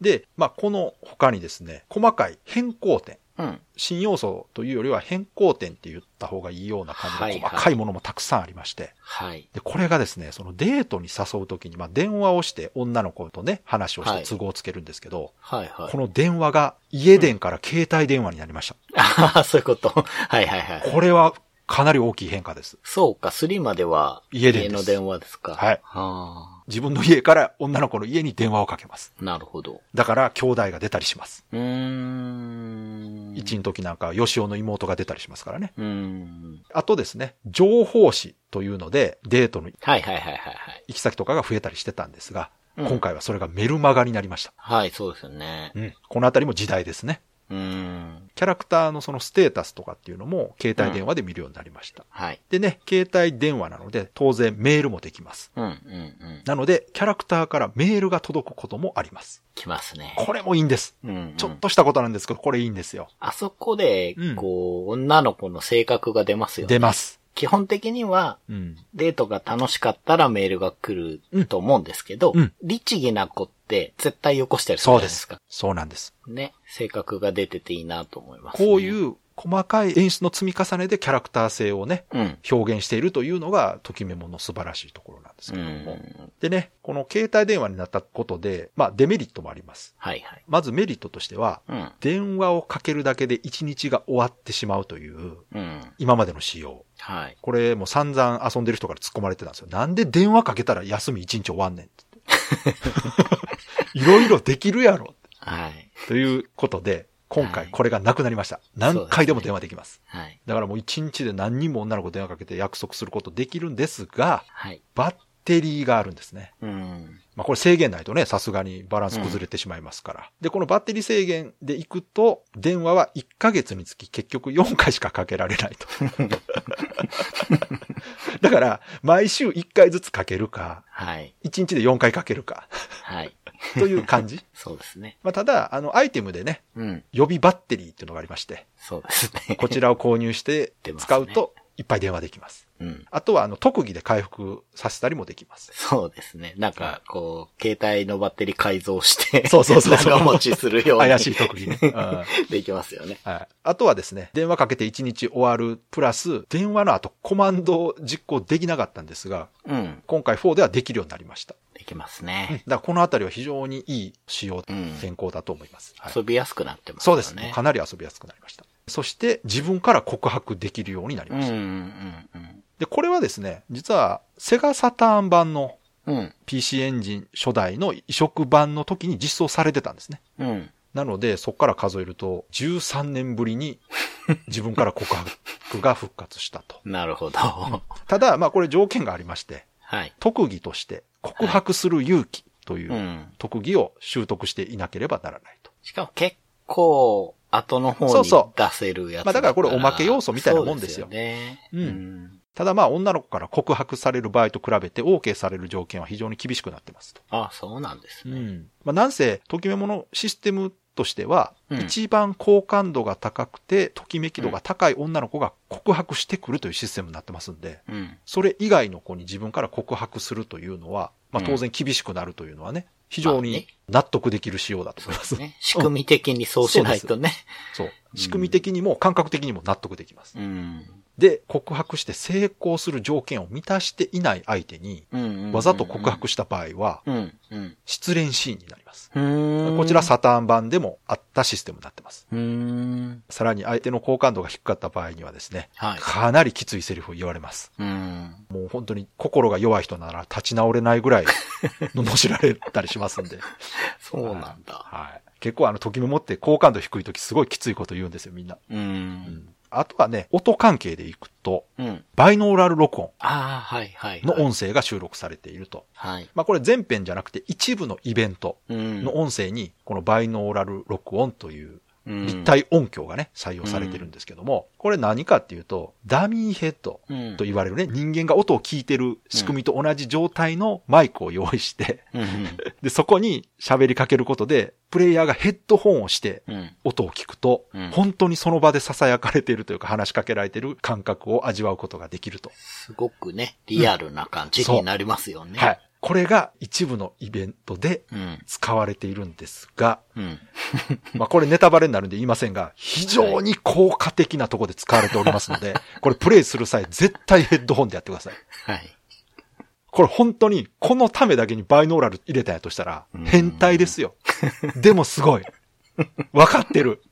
で、まあ、この他にですね、細かい変更点。うん。新要素というよりは変更点って言った方がいいような感はいじはのい細かいものもたくさんありまして。はい。で、これがですね、そのデートに誘うときに、まあ、電話をして女の子とね、話をしはてい都合をつけるんですけど、はいはいこ。の電話が家電から携帯電話になりました。ああ、そういうこと。はいはいはい。これはかなり大きい変化です。そうか、3までは家電ですの電話ですか。はいあ自分の家から女の子の家に電話をかけます。あ、なるほど。だから、兄弟が出たりします。うーん。一の時なんか、吉尾の妹が出たりしますからね。うーん。あとですね、情報誌というので、デートのはいはいはいはいはい。行き先とかが増えたりしてたんですが、うん今回はそれがメルマガになりました。はい、そうですよね。うん。このあたりも時代ですね。うーん。キャラクターのそのステータスとかっていうのも携帯電話で見るようになりました。はい。でね、携帯電話なので当然メールもできます。うん、うん、うん。なので、キャラクターからメールが届くこともあります。来ますね。これもいいんです。うん、うん。ちょっとしたことなんですけど、これいいんですよ。あそこでうん、こう、女の子の性格が出ますよね。出ます。基本的には、うん。デートが楽しかったらメールが来ると思うんですけど、うんうん律儀な子って絶対よこしたりするじそうゃないでですすか。。そうなんです。ね。性格が出てていいなと思います、。こういうう細かい演出の積み重ねでキャラクター性をね、うん。表現しているというのが、ときめもの素晴らしいところなんですうけども。ん。でね、この携帯電話になったことで、まあデメリットもあります。はいはい。まずメリットとしては、うん。電話をかけるだけで一日が終わってしまうという、うん。今までの仕様。はい。これもう散々遊んでる人から突っ込まれてたんですよ。なんで電話かけたら休み一日終わんねん って。いろいろできるやろ。はい。ということで、今回はいこれがなくなりました。何回でも電話できます。はい。だからもう一日で何人も女の子電話かけて約束することできるんですが、はい。バッテリーがあるんですね。うん。まあこれ制限ないとね、さすがにバランス崩れてしまいますから。で、このバッテリー制限でいくと、電話は1ヶ月につき結局4回しかかけられない と。だから、毎週1回ずつかけるか、はい。 1日で4回かけるか、はい。という感 じ。そうですね。まあただ、あの、アイテムでね、うん。予備バッテリーっていうのがありまして、そうですね。こちらを購入して出ますね使うといっぱい電話できます。うん。あとは、あの、特技で回復させたりもでき ます。そうですね。なんか、こう、携帯のバッテリー改造して、そうそうそうそう長持ちするように。怪しい特技 ね。うんできますよね。はい。あとはですね、電話かけて1日終わる、プラス、電話の後コマンドを実行できなかったんですが、うん。今回4ではできるようになりました。できますだね。からこのあたりは非常にいい仕様、うん変更だと思います。はい、遊びやすくなってますそうよでね。すね。かなり遊びやすくなりました。そして、自分から告白できるようになりうんまうした。んうんで、これはですね、実は、セガサターン版のうん。うん。 PC エンジン初代の移植版の時に実装されてたんですね。うん。なので、そこから数えると、13年ぶりに自分から告白が復活したと。なるほど。はただ、まあこれ条件がありまして、い。。特技として告白する勇気といううん特技を習得していなければならないと。しかも結構、後の方そうにそ出せるやつまあだからこれおまけ要素みたいなもんですよそうね。うんん。ただまあ女の子から告白される場合と比べて OK される条件は非常に厳しくなってますと。あ、そうなんですね。まあなんせ、ときめものシステムとしては、うん一番好感度が高くて、ときめき度が高い女の子が告白してくるというシステムになってますんで、うん。それ以外の子に自分から告白するというのは、まあ当然厳しくなるというのはね、非常まあにね納得できる仕様だとそう思いでますす。ね。仕組み的にそうしないとね。そう。ん仕組み的にも感覚的にも納得できます。うん。で、告白して成功する条件を満たしていない相手に、うんうんうん。わざと告白した場合は、うん。うん。失恋シーンになります。うん。こちらサターン版でもあったシステムになってます。うーん。さらに相手の好感度が低かった場合にはですね、はい。かなりきついセリフを言われます。うん。もう本当に心が弱い人なら立ち直れないぐらい罵られたりしますんで。そうなんだ。はい。結構あの、ときめもって好感度低い時すごいきついこと言うんですよ、みんな。う。うんん。あとはね、音関係でいくと、うん。バイノーラル録音ああ、はいはい。の音声が収録されていると。はい。まあこれ全編じゃなくて一部のイベントうん。の音声にこのバイノーラル録音といううん立。体音響がね採用されてるんですけども、これ何かっていうとダミーヘッドうんと。言われるね人間が音を聞いてる仕組みと同じ状態のマイクを用意して、うん。でそこに喋りかけることでプレイヤーがヘッドホンをしてうん。音を聞くと、うん本当にその場で囁かれているというか話しかけられている感覚を味わうことができると。すごくね、リアルな感じになりますよね。はい。。これが一部のイベントでうん。使われているんですが、うん。まあこれネタバレになるんで言いませんが、非常に効果的なところで使われておりますの で、これプレイする際絶対ヘッドホンでやってください。はい。これ本当にこのためだけにバイノーラル入れたんやとしたらうん、変態です よ。でもすごい。わかってる。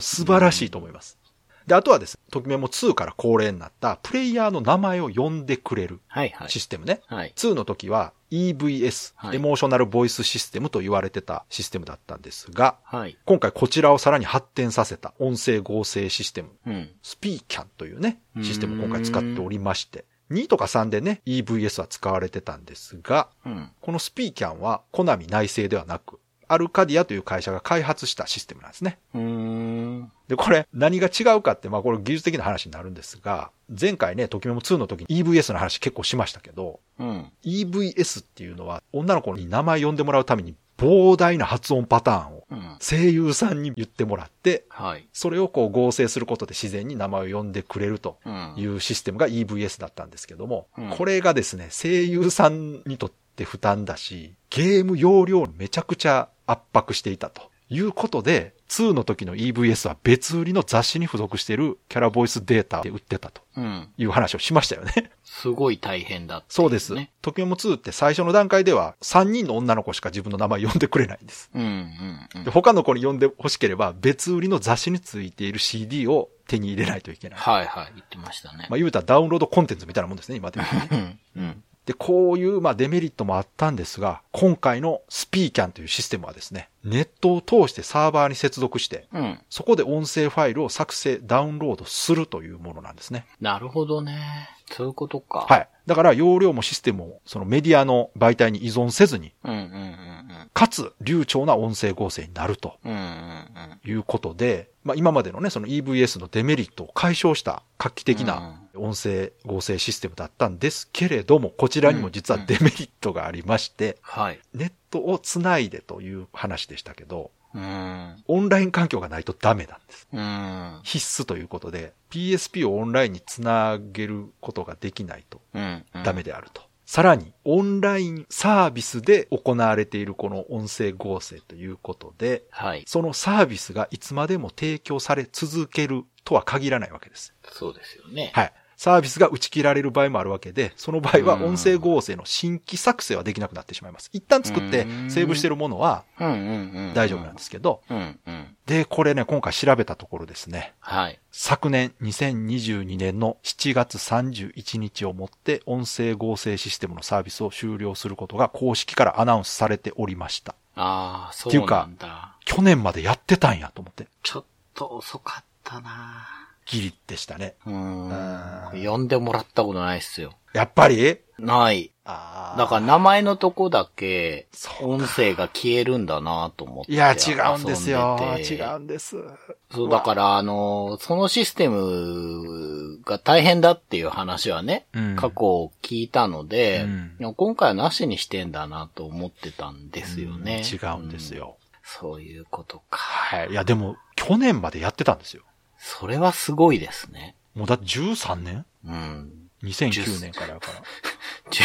素晴らしいと思います。で、あとはですね、ときめも2から恒例になったプレイヤーの名前を呼んでくれるはいはい。システムね。はい。 2の時は EVS、はいエモーショナルボイスシステムと言われてたシステムだったんですが、はい。今回こちらをさらに発展させた音声合成システム、うん。スピーキャンというね、システムを今回うーん使っておりまして、2とか3でね、EVS は使われてたんですが、うん。このスピーキャンはコナミ内製ではなく、アルカディアという会社が開発したシステムなんですね。うーん。で、これ何が違うかって、まあこれ技術的な話になるんですが、前回ね、ときめも2の時に EVS の話結構しましたけど、うん。 EVS っていうのは女の子に名前呼んでもらうために膨大な発音パターンをうん。声優さんに言ってもらって、はい。それをこう合成することで自然に名前を呼んでくれるとうん。いうシステムが EVS だったんですけどもうん、これがですね、声優さんにとって負担だし、ゲーム容量をめちゃくちゃ圧迫していたということで、2の時の EVS は別売りの雑誌に付属しているキャラボイスデータで売ってたとうん。いう話をしましたよ ね。すごい大変だっていねそうです。トキオモ2って最初の段階では3人の女の子しか自分の名前呼んでくれないんです。うん、うん、うんで。他の子に呼んで欲しければ別売りの雑誌についている CD を手に入れないといけない。はいはい、言ってましたね。まあ言うたらダウンロードコンテンツみたいなもんですね、今でも、ね。うん、うん。で、こういうまあデメリットもあったんですが、今回のスピーキャンというシステムはですね、ネットを通してサーバーに接続して、うん。そこで音声ファイルを作成、ダウンロードするというものなんですね。なるほどね。そういうことか。。はいい。だから容量もシステムもそのメディアの媒体に依存せずに、うん、うん、うん、かつ流暢な音声合成になるとうん。うん、うん、いうことで、まあ、今までのね、その EVS のデメリットを解消した画期的な音声合成システムだったんですけれども、こちらにも実はデメリットがありまして、はい。ネットをつないでという話でしたけど、うん、オンライン環境がないとダメなんです。うん、必須ということで、PSP をオンラインにつなげることができないとうん。ダメであると。さらに、オンラインサービスで行われているこの音声合成ということで、はい。そのサービスがいつまでも提供され続けるとは限らないわけです。そうですよね。はい。サービスが打ち切られる場合もあるわけで、その場合はうん音声合成の新規作成はできなくなってしまいます。一旦作ってうんセーブしてるものはうん、うん、うん。。大丈夫なんですすけど、うん、うん。で、これね、今回調べたところですね、はい。昨年2022年の7月31日をもって音声合成システムのサービスを終了することが公式からアナウンスされておりました。ああ、そっていううなかんだ。去年までやってたんやと思って、ちょっと遅かったなギリでしたね。うん。呼んでもらったことないっすよ。やっぱりない。あーだから名前のとこだけ、そう音声が消えるんだなと思って。いや、違うんですよ。遊んでて違うんです。そう、だから、あの、そのシステムが大変だっていう話はね、うん過去聞いたので、うんいや今回はなしにしてんだなと思ってたんですよね。違うんですよ。うん。そういうことか。はい。いや、でも、去年までやってたんですよ。それはすごいですね。もうだって13年うん。 ?2009 年からやから。ちゅ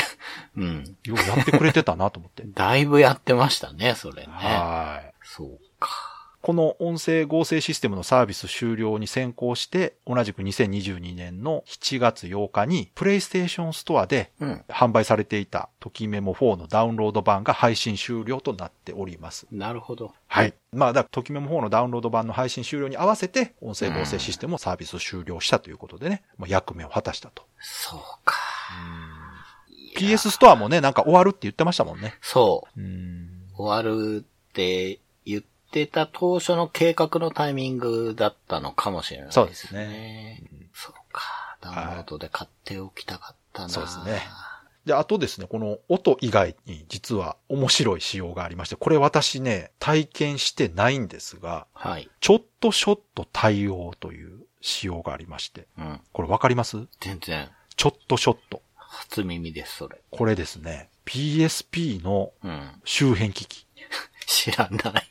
うん。ようやってくれてたなと思って。だいぶやってましたね、それね。はい。そうか。この音声合成システムのサービス終了に先行して、同じく2022年の7月8日に、プレイステーションストアでうん。販売されていた、ときメモ4のダウンロード版が配信終了となっております。なるほど。はい。まあ、だから、ときめも4のダウンロード版の配信終了に合わせて、音声合成システムをサービス終了したということでね、まあ、役目を果たしたと。そうか。いや PS ストアもね、なんか終わるって言ってましたもんね。そう。うん。終わるって言ってた当初の計画のタイミングだったのかもしれないですそね。うですね。そうか。ダウンロードで買っておきたかったな。そうですねで、あとですね、この音以外に実は面白い仕様がありまして、これ私ね、体験してないんですが、はい。ちょっとショット対応という仕様がありまして、うん。これわかります全然、ちょっとショット。初耳です、それ。これですね、PSP のうん。周辺機器。知らない。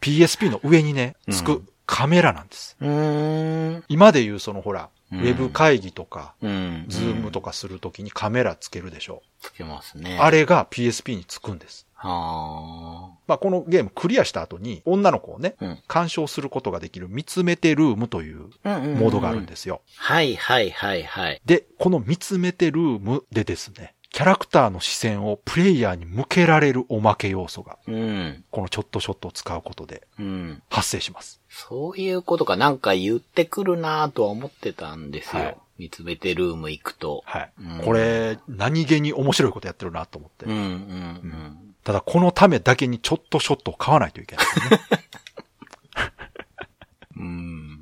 PSP の上にね、つうくんカメラなんです。うーん。今で言うそのほら、うんウェブ会議とか、うん。ズームとか。かするときにカメラつけるでしょつけますね。う。あれが PSP につくんです。はまあ、このゲームクリアした後に女の子をねうん、鑑賞することができる見つめてルームというー。うんうん。モードがあるんですすよ。はいはいはいはい。で、この見つめてルームでですね、キャラクターの視線をプレイヤーに向けられるおまけ要素が、うん。このちょっとショットを使うことでうん。発生します。そういうことか、なんか言ってくるなぁとは思ってたんですよ。はい見つめてルーム行くと。はいうん。これ、何気に面白いことやってるなと思ってうんう。んただ、このためだけにちょっとショットを買わないといけないです ね。うん。う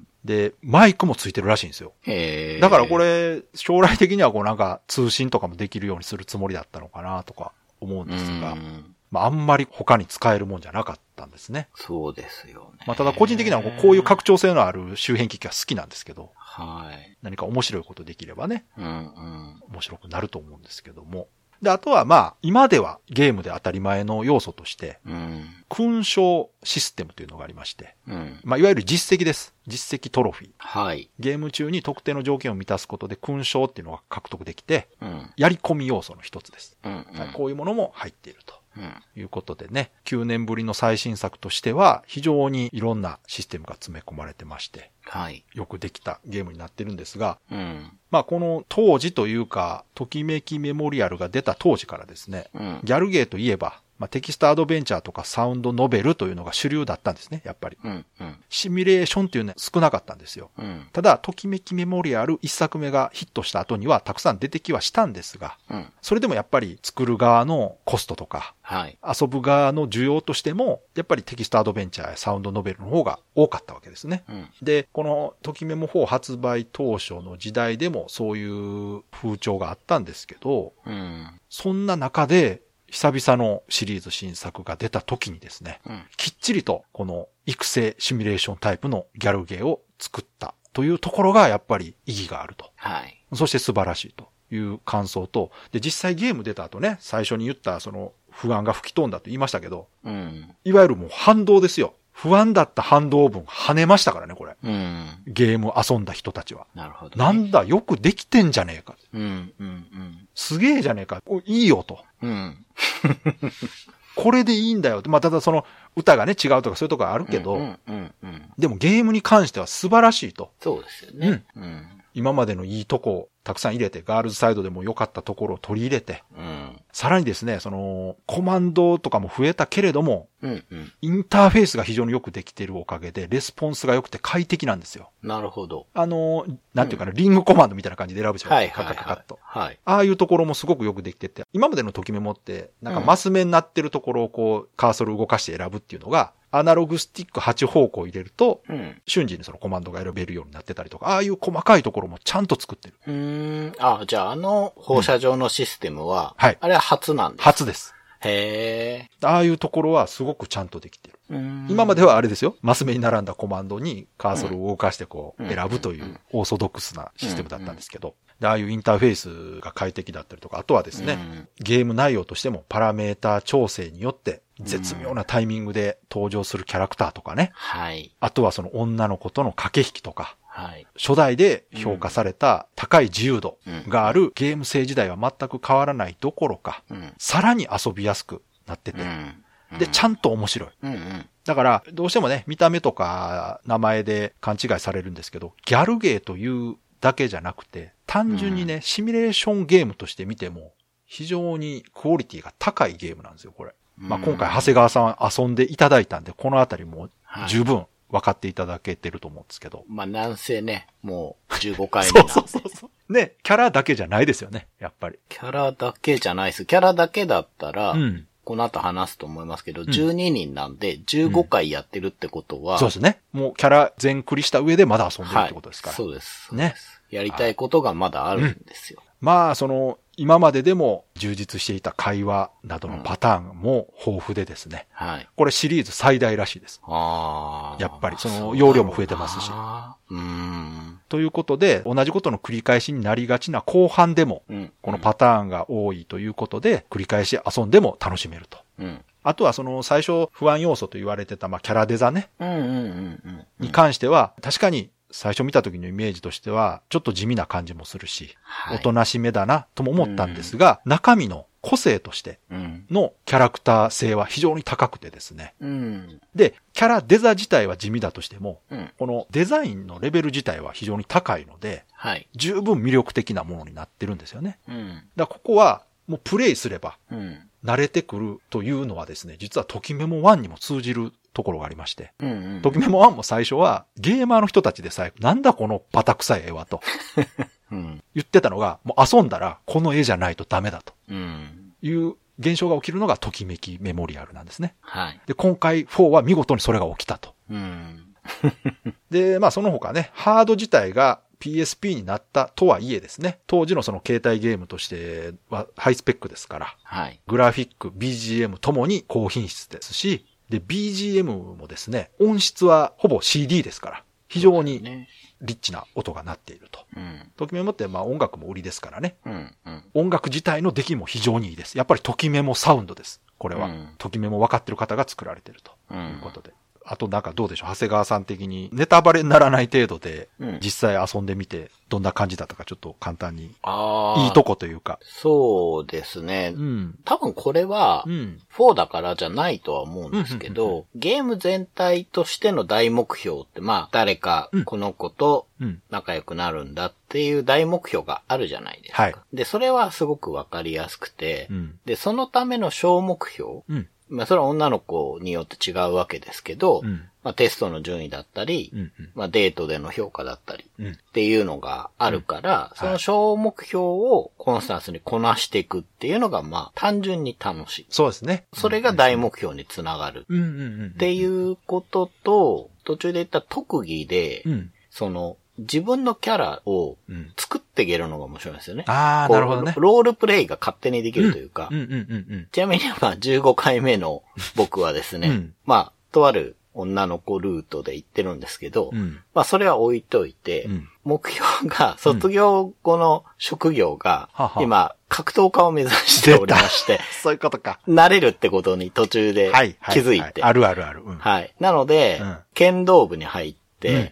ん。で、マイクもついてるらしいんですよ。へえ。だからこ。れ、将来的にはこうなんか通信とかもできるようにするつもりだったのかなとか思うんうですが、ん。まああんまり他に使えるもんじゃなかったんですね。そうですよね。まあただ個人的にはこうこういう拡張性のある周辺機器は好きなんですけど、はい。何か面白いことできればね、うんうん。面白くなると思うんですけども。で、あとはまあ、今ではゲームで当たり前の要素として、うん。勲章システムというのがありまして、うん。まあ、いわゆる実績です。実績トロフィー。はい。ゲーム中に特定の条件を満たすことで勲章っていうのが獲得できて、うん。やり込み要素の一つです。うん。はいこういうものも入っていると。うん。いうことでね、9年ぶりの最新作としては、非常にいろんなシステムが詰め込まれてまして、はい。よくできたゲームになってるんですが、うん。まあこの当時というか、ときめきメモリアルが出た当時からですね、うん。ギャルゲーといえば、まあ、テキストアドベンチャーとかサウンドノベルというのが主流だったんですね、やっぱり。うん。うん。シミュレーションっていうのは少なかったんですよ。うん。ただ、ときめきメモリアル一作目がヒットした後にはたくさん出てきはしたんですが、うん。それでもやっぱり作る側のコストとか、はい。遊ぶ側の需要としても、やっぱりテキストアドベンチャーやサウンドノベルの方が多かったわけですね。うん。で、このときメモ4発売当初の時代でもそういう風潮があったんですけど、うん。そんな中で久々のシリーズ新作が出た時にですね、うん。きっちりとこの育成シミュレーションタイプのギャルゲーを作ったというところがやっぱり意義があると。はい。そして素晴らしいという感想と、で、実際ゲーム出た後ね、最初に言ったその不安が吹き飛んだと言いましたけど、うん。いわゆるもう反動ですよ。不安だった反動分跳ねましたからね、これ。うん。ゲーム遊んだ人たちは。なるほど、な。んだ、よくできてんじゃねえか。うん。うん。すげえじゃねえか。おいいよと。うん。うん。これでいいんだよって。まあ、ただその歌がね、違うとかそういうとこあるけど、うん。うん。うん。でもゲームに関しては素晴らしいと。そうですよね。うん。今までのいいとこをたくさん入れて、ガールズサイドでも良かったところを取り入れて、うん。さらにですね、その、コマンドとかも増えたけれども、うん。うん。インターフェースが非常によくできているおかげで、レスポンスが良くて快適なんですよ。なるほど。あの、なんていうかな、リングコマンドみたいな感じで選ぶじゃん。はい。はい。カッカッカッカッと。はい。ああいうところもすごくよくできてて、今までのときメモって、なんかうんマス目になってるところをこう、カーソル動かして選ぶっていうのが、アナログスティック8方向入れると、うん。瞬時にそのコマンドが選べるようになってたりとか、ああいう細かいところもちゃんと作ってる。うーん。あ、じゃああの放射状のシステムは、うんはいあれは初なんです。初です。へああいうところはすごくちゃんとできてる。え。今までは、はあれですよ。マス目に並んだコマンドにカーソルを動かしてこううん選ぶというんうオーソドックスなシステムだったんですけど、でああいうインターフェースが快適だったりとか、あとはですね、ゲーム内容としてもパラメータ調整によって絶妙なタイミングで登場するキャラクターとかね、はい。あとはその女の子との駆け引きとか、はい。初代で評価された高い自由度があるゲーム性時代は全く変わらないどころか、うん。さらに遊びやすくなってて、うん。で、ちゃんと面白い。うんうん。だから、どうしてもね、見た目とか名前で勘違いされるんですけど、ギャルゲーというだけじゃなくて、単純にね、シミュレーションゲームとして見ても、非常にクオリティが高いゲームなんですよ、これ。まあ、今回、長谷川さん遊んでいただいたんで、このあたりもはい十分分かっていただけてると思うんですけど。まあ、なんせね、もう15回目そなう そうそうそう。ね、キャラだけじゃないですよね、やっぱり。キャラだけじゃないです。キャラだけだったら、うん。この後話すと思いますけど、12人なんで15回やってるってことは、そうですね。もうキャラ全クリした上でまだ遊んでるはっい。てことですから。そうです。ねやりたいことがまだあるんですよ。まあ、その、今まででも充実していた会話などのパターンも豊富でですね。はい。これシリーズ最大らしいです。ああ。やっぱりそのうだろうな容量も増えてますしうーん。ということで、同じことの繰り返しになりがちな後半でも、うん。このパターンが多いということで、繰り返し遊んでも楽しめると。うん。あとはその最初不安要素と言われてた、まあキャラデザね、うんうんうんうん。に関しては、確かに最初見た時のイメージとしては、ちょっと地味な感じもするし、はいおとなしめだなとも思ったんですが、中身の個性としてうん。のキャラクター性は非常に高くてですね。うん。で、キャラデザ自体は地味だとしても、うん。このデザインのレベル自体は非常に高いので、はい。十分魅力的なものになってるんですよね。うだん。からここは、もうプレイすればうん。慣れてくるというのはですね、実はときメモ1にも通じるところがありまして、うんうん。ときメモ1も最初はゲーマーの人たちでさえ、なんだこのバタ臭い絵はとうん。言ってたのが、もう遊んだらこの絵じゃないとダメだとうん。いう現象が起きるのがときめきメモリアルなんですね。はい。で、今回4は見事にそれが起きたと。うん。で、まあその他ね、ハード自体が PSP になったとはいえですね、当時のその携帯ゲームとしてはハイスペックですから、はい。グラフィック、BGM ともに高品質ですし、で、BGM もですね、音質はほぼ CD ですから、非常にね。リッチな音が鳴っていると。うん。ときメモって、まあ音楽も売りですからね。うん。うん。音楽自体の出来も非常にいいです。やっぱりときメモサウンドです。これはうん。ときメモ分かってる方が作られてるとういうんことで。あとなんかどうでしょう長谷川さん的にネタバレにならない程度でうん実際遊んでみてどんな感じだったかちょっと簡単にああ。いいとこというか。そうですねう。ん。多分これはう、ん。 4だからじゃないとは思うんでうすけんうんうんど、ゲーム全体としての大目標って、まあ、誰かうんこの子とうん。仲良くなるんだっていう大目標があるじゃないですか。はいで、それはすごくわかりやすくて、うん。で、そのための小目標、うん。まあ、それは女の子によって違うわけですけど、うん。まあ、テストの順位だったり、うん。まあ、デートでの評価だったり、うん。っていうのがあるから、その小目標をコンスタンスにこなしていくっていうのが、まあ、単純に楽しい。そうですね。それが大目標につながる。うんうんうん。っていうことと、途中で言った特技で、うん。その、自分のキャラをうん。作っていけるのが面白いんですよね。ああ、こうなるほどね。ロールプレイが勝手にできるというか、うんうんうんちなみに、まあ、15回目の僕はですね、うんまあ、とある女の子ルートで行ってるんですけど、うん。うん。まあ、それは置いといて、うん目標が、卒業後の職業がは、は今、格闘家を目指しておりま して、そういうことか。慣れるってことに途中ではい。は気づいて。はあはい。るあるある。うん。なので、うん剣道部に入って、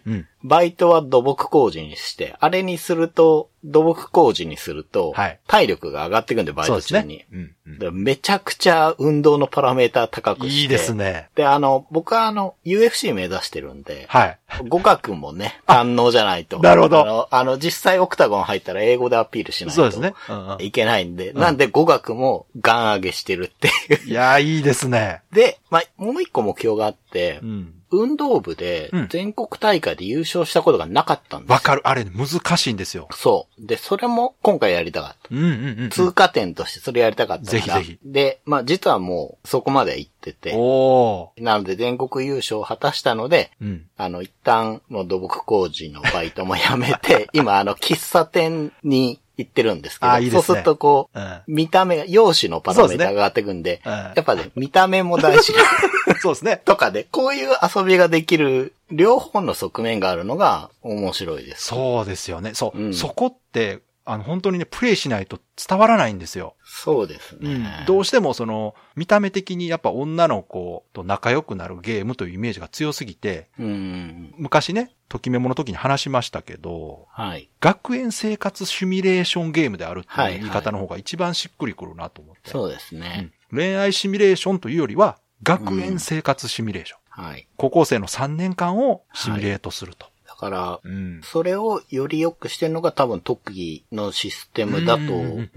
うんうんバイトは土木工事にして、あれにすると、土木工事にすると、はい体力が上がっていくんで、バイそうトですね。中に。うんうんだからめちゃくちゃ運動のパラメーター高くして。いいです。ね。で、あの、僕はあの、UFC 目指してるんで、はい。語学もね、堪能じゃないと。なるほどあの、あの実際オクタゴン入ったら英語でアピールしないと。そうですね。うんうんいけないんで、なんで語学もガン上げしてるっていう。 いやー、いいですね。で、まあ、もう一個目標があって、うん。運動部でうん全国大会で優勝したことがなかったんですよわかる。あれ、難しいんですよ。そう。で、それも今回やりたかった。うんうんうん。通過点としてそれやりたかったから。ぜひぜひで、まあ、実はもうそこまで行ってて、おなので全国優勝を果たしたので、ー。うん。あの、一旦、もう土木工事のバイトもやめ て、今、あの、喫茶店に行ってるんですけど、あいいですそねうするとこう、うん。見た目が、容姿のパラメーターが上がってくんで、そうですねうんやっぱね、見た目も大事な、 そうですね。とかで、こういう遊びができる、両方の側面があるのが面白いです。そうですよね。そう。うんそこって、あの、本当にね、プレイしないと伝わらないんですよ。そうですうね。ん。どうしても、その、見た目的にやっぱ女の子と仲良くなるゲームというイメージが強すぎて、うん。昔ね、ときメモの時に話しましたけど、はい。学園生活シミュレーションゲームであるってはいいはうい言い方の方が一番しっくりくるなと思って。そうですうねん。恋愛シミュレーションというよりは、学園生活シミュレーション。はい。高校生の3年間をシミュレートすると。だから、うん。それをより良くしてるのが多分特技のシステムだと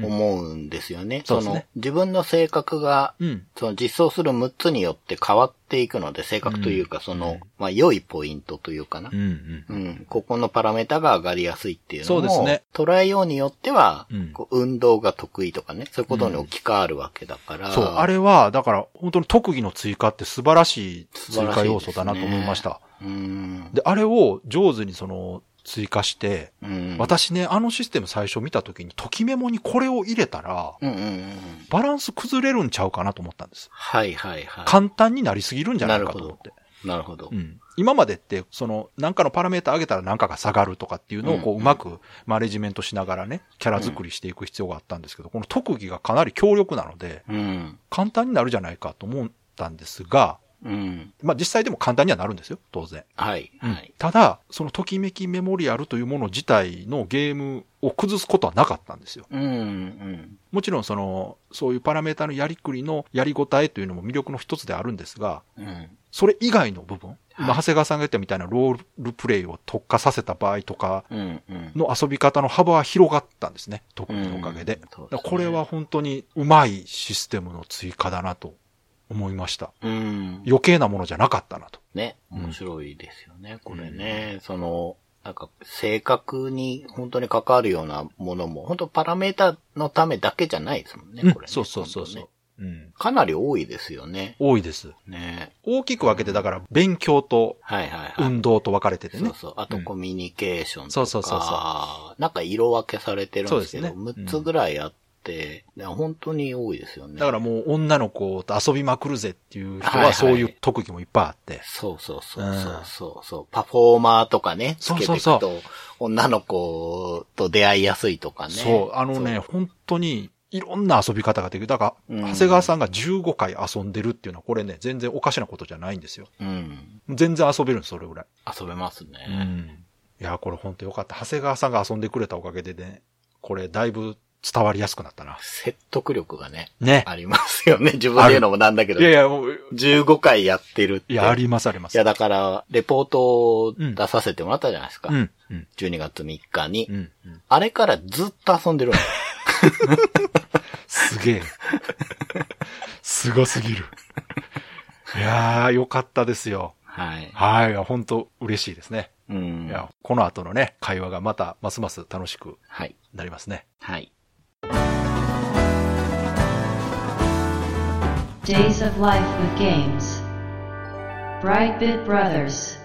思うんですよね。うんうんうんうんその、そうですね自分の性格が、うん。その実装する6つによって変わっていくので、性格というか、その、まあ、良いポイントというかなうん。。うん。うん。ここのパラメータが上がりやすいっていうのも、そうですね捉えようによっては、うんこう運動が得意とかね、そういうことに置き換わるわけだから。そう、あれは、だから、本当に特技の追加って素晴らしい素晴追らしいですね加要素だなと思いました。うん。で、あれを上手にその、追加して、うん。私ね、あのシステム最初見た時に、ときメモにこれを入れたら、うんうんうん。バランス崩れるんちゃうかなと思ったんです。はいはいは簡単になりすぎるんじゃないかと思って。い。なるほど。うん、今までって、その、何かのパラメータ上げたら何かが下がるとかっていうのを、こうう、んうまくマネジメントしながらね、キャラ作りしていく必要があったんですけど、この特技がかなり強力なので、うん。簡単になるじゃないかと思ったんですが、うん。まあ実際でも簡単にはなるんですよ、当然。はい。はい。ただ、そのときめきメモリアルというもの自体のゲームを崩すことはなかったんですよ。うん。うん。もちろんその、そういうパラメータのやりくりのやりごたえというのも魅力の一つであるんですが、うん。それ以外の部分、今、はい長谷川さんが言ったみたいなロールプレイを特化させた場合とかうん。うん。の遊び方の幅は広がったんですね。特技のおかげうでん。そうですだねからこれは本当にうまいシステムの追加だなと思いました。うん。余計なものじゃなかったなと。ね、うん面白いですよね、これね。その、なんか、性格に本当に関わるようなものも、本当パラメータのためだけじゃないですもんね、うんこれね。そうそうそうそ本う。うん。当ねかなり多いですよね。多いです。ね。大きく分けて、だから、勉強とはいはいはい。運動と分かれててそねう。そう。あとうんコミュニケーションとか、そうそうそうなんか色分けされてるんですけど、そうですねうん6つぐらいあっって、ね本当に多いですよね。だからもう女の子と遊びまくるぜっていう人はいははいそういう特技もいっぱいあって。そうそうそううんそうそうそう、パフォーマーとかね、つそうけていそうくと、そう女の子と出会いやすいとかね。そう、あのね、本当にいろんな遊び方ができる。だから、うん長谷川さんが15回遊んでるっていうのはこれね、全然おかしなことじゃないんですよ。そう。うん。全然遊べるんです、それぐらい。遊べますうね。ん。いや、これ本当よかった。長谷川さんが遊んでくれたおかげでね、これだいぶ伝わりやすくなったな。説得力がね、ね。ありま すよね。自分で言うのもなんだけど。いやいや、もう15回やってるって。いや、ありますありまいす。やだから、レポートを出させてもらったじゃないですか。うん、うん、 12月3日に。うん。うんあれからずっと遊ん でるの。す げえ。すごすぎる。いやー、よかったですよ。はい。はい、本当嬉しいですね。うんい。や、この後のね、会話がまたますます楽しくはい。なりますね。はい。 Days of Life with Games. Brightbit Brothers.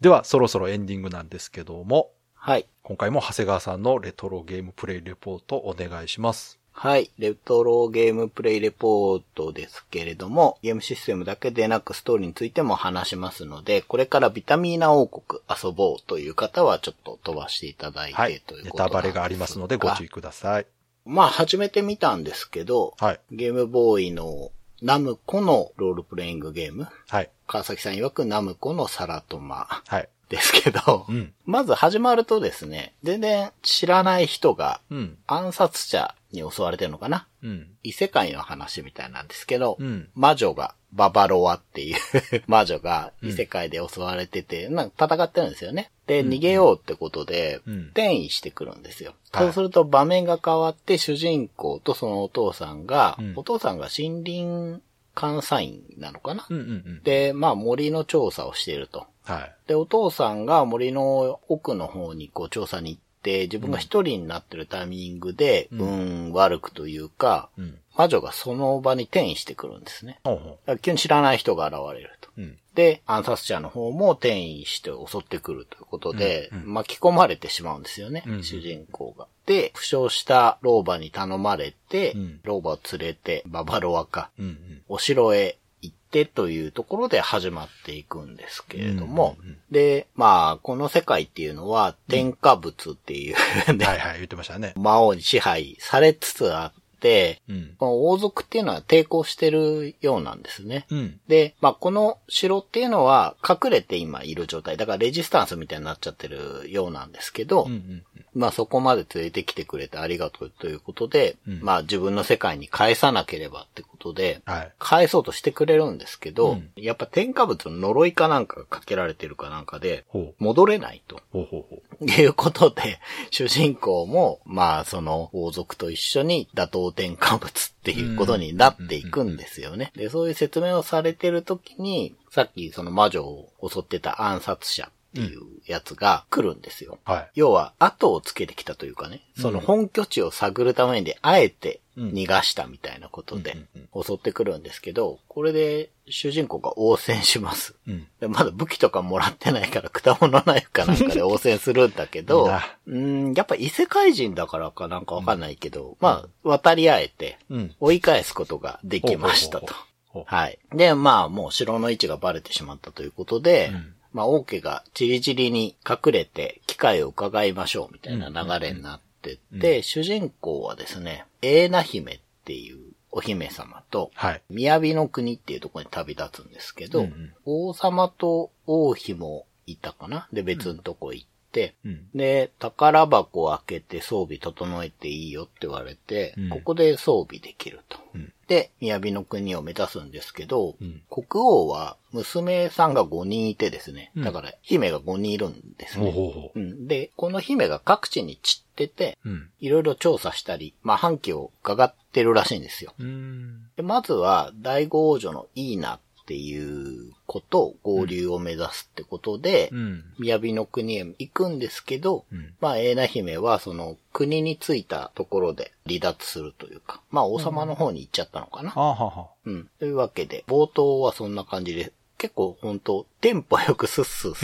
では、そろそろエンディングなんですけども、はい。今回も長谷川さんのレトロゲームプレイレポートお願いします。はい。レトロゲームプレイレポートですけれども、ゲームシステムだけでなくストーリーについても話しますので、これからビタミーナ王国遊ぼうという方はちょっと飛ばしていただいて、はいとい。うネことタなんバレがありますのでご注意が。ください。まあ、始めてみたんですけど、はい。ゲームボーイのナムコのロールプレイングゲーム、はい。川崎さん曰くナムコのサラトマはい。ですけど、うん。まず始まるとですね、全然知らない人がうん。暗殺者に襲われてるのかなうん。異世界の話みたいなんですけど、うん。魔女が、ババロアっていう 魔女が異世界で襲われてて、なんか戦ってるんですよね。で、逃げようってことで、うん転移してくるんですよ。はいそうすると場面が変わって主人公とそのお父さんが、うんお父さんが森林監査員なのかな、うん。うん。うん。で、まあ森の調査をしていると。はい。で、お父さんが森の奥の方にこう調査に行って、自分が一人になってるタイミングで、ううんん、悪くというか、うん。魔女がその場に転移してくるんですね。ほうほだから急に知らない人が現れると。う。うん。で、暗殺者の方も転移して襲ってくるということで、うんうん巻き込まれてしまうんですよね、うん主人公が。で、負傷した老婆に頼まれて、うん老婆を連れて、ババロアか、うん。うん。お城へ行ってというところで始まっていくんですけれども、うんうんうんで、まあ、この世界っていうのは、添加物っていう、 ねはいはい、言ってましたね。魔王に支配されつつあって、うん。この王族っていうのは抵抗してるようなんですね。うん。で、まあ、この城っていうのは隠れて今いる状態。だからレジスタンスみたいになっちゃってるようなんですけど、うん。うん。まあ、そこまで連れてきてくれてありがとうということで、うんまあ、自分の世界に返さなければってことで、はい。返そうとしてくれるんですけど、うんやっぱ添加物の呪いかなんかがかけられてるかなんかで、ほう。戻れないと。ほうほうほいうことで、主人公も、まあ、その王族と一緒に打倒転換物っていうことになっていくんですよね。で、そういう説明をされてる時に、さっきその魔女を襲ってた暗殺者っていうやつが来るんですよ。う。はい。要は、後をつけてきたというかね、その本拠地を探るために、あえて逃がしたみたいなことでうんうん、襲ってくるんですけど、これで主人公が応戦します。うん。でまだ武器とかもらってないから、果物ナイフかなん かで応戦するんだけいいどな、うん、やっぱ異世界人だからかなんかわかんないけど、まあ、渡り合えて、うん。追い返すことができましたと。ほう。はい。で、まあ、もう城の位置がバレてしまったということで、うんまあ、王家がチリチリに隠れて、機会を伺いましょう、みたいな流れになってって、主人公はですね、エーナ姫っていうお姫様と、はい。雅の国っていうところに旅立つんですけど、うんうん王様と王妃もいたかなで、別のとこ行って、うん。で、宝箱を開けて装備整えていいよって言われて、うんここで装備できると。うんで、雅の国を目指すんですけど、うん国王は娘さんが5人いてですね、うんだから姫が5人いるんですほうね。ほうほうん、で、この姫が各地に散ってて、う。うん。いろいろ調査したり、まあ、反旗を伺ってるらしいんですよ。うん。でまずは、第五王女のいいなっていうことを合流を目指すってことで、うん。雅の国へ行くんですけど、うん。まあ、エーナ姫は、その、国に着いたところで離脱するというか、まあ、王様の方に行っちゃったのかな。あはは。うん。というわけで、冒頭はそんな感じで、結構本当テンポよくスッスッ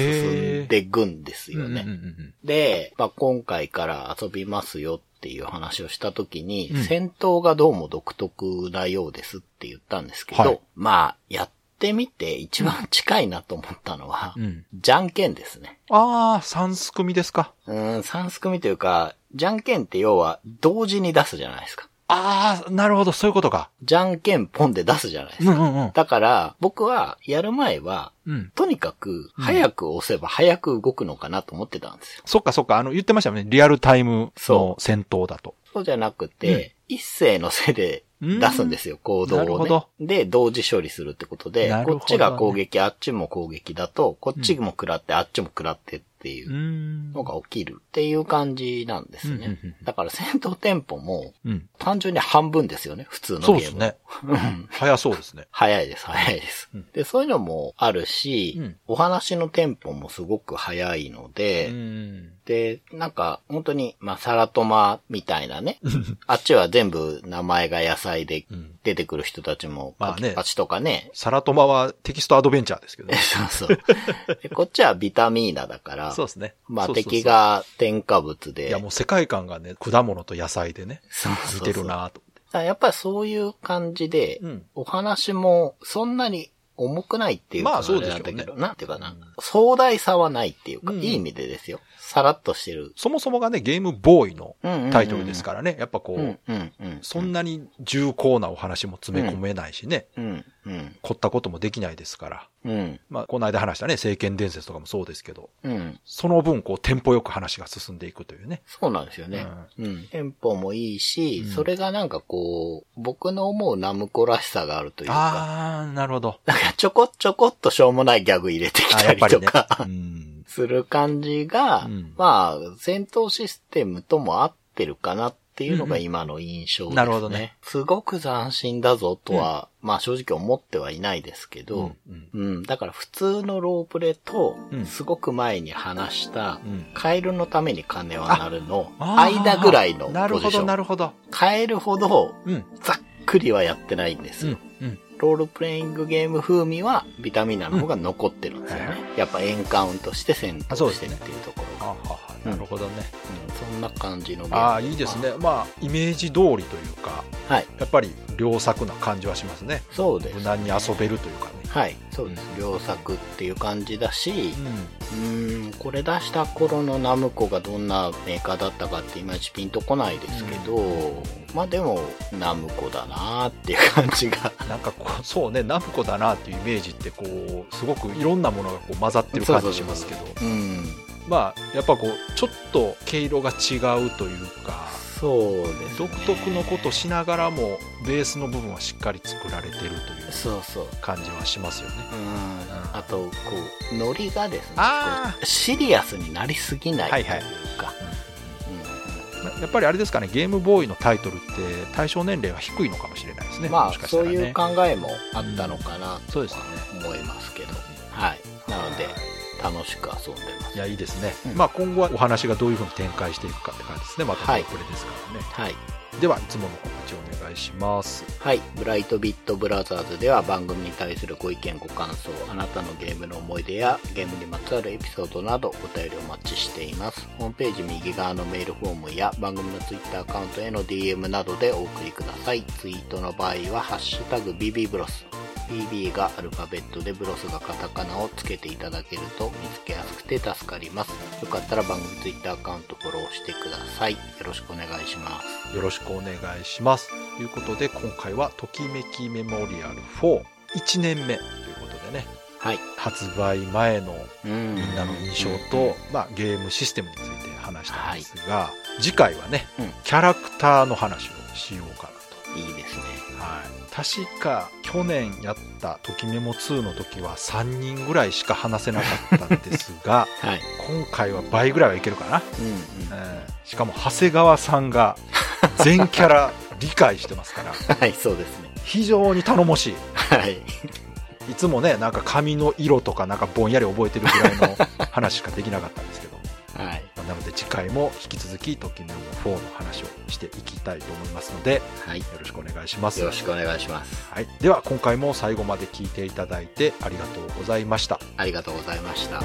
進んでいくんですよね。うんうんうんで、まあ、今回から遊びますよっていう話をした時に、うん戦闘がどうも独特なようですって言ったんですけど、はいまあ、やってみて一番近いなと思ったのは、うんうん。じゃんけんですね。ああ、三すくみですか。うーん、三すくみというか、じゃんけんって要は同時に出すじゃないですか。ああ、なるほど、そういうことか。じゃんけんポンで出すじゃないですうんか。うんうん。だから、僕はやる前は、うん。とにかく早く押せば早く動くのかなと思ってたんですよ。そっかそっか、あの、言ってましたよね。リアルタイムのそ戦闘だと。そうじゃなくて、一斉のせいで出すんですよ、行動なるをほねど。で、同時処理するってことで、なるほどこねっちが攻撃、あっちも攻撃だと、こっちも食らって、あっちも食らってっていううーんの。が起きるっていう感じなんですね。うんうんうんだから戦闘テンポもうん。単純に半分ですよね、普通のゲーそうム。ですね。早そうですね。早いです、早いです。うんで、そういうのもあるし、うんお話のテンポもすごく早いのうで、ん。で、なんか、本当に、まあ、サラトマみたいなね。あっちは全部名前が野菜でうん出てくる人たちも、まあパねチパチとかね。 サラトマはテキストアドベンチャーですけどね。そうそう。でこっちはビタミーナだから、そうですね。まあそうそうそう敵。が添加物で。いや、もう世界観がね、果物と野菜でね、そうそうそう似てるなぁと。だからやっぱりそういう感じで、うんお話もそんなに重くないっていうかまあそうでしょうねれなんだけど、なんていうかな。壮大さはないっていうか、うんいい意味でですよ。さらっとしてる。そもそもがね、ゲームボーイのうんうんうんタイトルですからね。やっぱこうう、んうんうん。そんなに重厚なお話も詰め込めないしね、うんうん凝ったこともできないですから。うんまあ、この間話したね、聖剣伝説とかもそうですけど、うん。その分、こう、テンポよく話が進んでいくというね。そうなんですよね。うん。テンポもいいし、うんそれがなんかこう、僕の思うナムコらしさがあるというか、あー、なるほど。なんかちょこちょこっとしょうもないギャグ入れてきあたやっりぱりとね。か、うん。 する感じが、うんまあ、戦闘システムとも合ってるかなっていうのうがんうん今の印象ですね。なるほどねすごく斬新だぞとは、まあ正直思ってはいないですけど、うん。うん、だから普通のロープレとうん、すごく前に話した、うんカエルのために金はなるの、あー間ぐらいのなるポほジショど、ン。なるほど。カエルほど、うん。ざっくりはやってないんですうよ。ん。うん。ロールプレイングゲーム風味は、ビタミナの方が残ってるんですよね。やっぱエンカウントして戦あそう闘でしすてねっていうところあが、はは、なるほどね。うんそんな感じのゲームああ、いいです。ね。まあ、イメージ通りというか、はい。やっぱり、良作な感じはしますね。そうです無。難に遊べるというかね。はい。そうです。良作っていう感じだし、ううーん、これ出した頃のナムコがどんなメーカーだったかっていまいちピンとこないですけど、まあでも、ナムコだなーっていう感じが。ん。なんかこう、そうね、ナムコだなっていうイメージって、こう、すごくいろんなものがこう混ざってる感じしますけど。うん。まあ、やっぱこう、ちょっと毛色が違うというか、そうです、ね。独特のことしながらも、ベースの部分はしっかり作られてるというそうそう。感じはしますよね。うん。あと、こう、ノリがですね、あこうシリアスになりすぎなはいいとはいいうか、やっぱりあれですかね、ゲームボーイのタイトルって対象年齢は低いのかもしれないですうね。んまもあ、しかしたそらうねいう考えもあったのかなとそうではすね思いますけど、はい。なので、楽しく遊んでますい。や、いいですね。うんまあ、今後はお話がどういうふうに展開していくかって感じですね。またはねいこれですからね。はい。では、いつもの告知をお願いします。はい。ブライトビットブラザーズでは番組に対するご意見、ご感想、あなたのゲームの思い出やゲームにまつわるエピソードなどお便りお待ちしています。ホームページ右側のメールフォームや番組のツイッターアカウントへの DM などでお送りください。ツイートの場合は、ハッシュタグ BB ブロス。BB がアルファベットでブロスがカタカナをつけていただけると見つけやすくて助かります。よかったら番組ツイッターアカウントフォローしてください。よろしくお願いします。よろしくお願いします。ということで、今回は、ときめきメモリアル4、1年目ということでね、はい。発売前のみみんんなの印象と、まあ、ゲームシステムについて話したんですが、次回はね、うんキャラクターの話をしようかなと。いいですね。はい、確か去年やった「ときメモ2」の時は3人ぐらいしか話せなかったんですがはい。今回は倍ぐらいはいけるかな、うんうん。うんしかも長谷川さんが全キャラ理解してますからはい、そうですね。非常に頼もしはい。いいつもねなんか髪の色とかなんかぼんやり覚えてるぐらいの話しかできなかったんですけどはい。なのでで次回も引き続き、ときめも4の話をしていきたいと思いますので、よはい。ろしくお願いします。よろしくお願いします。はい、では今回も最後まで聞いていただいてありがとうございました。ありがとうございました。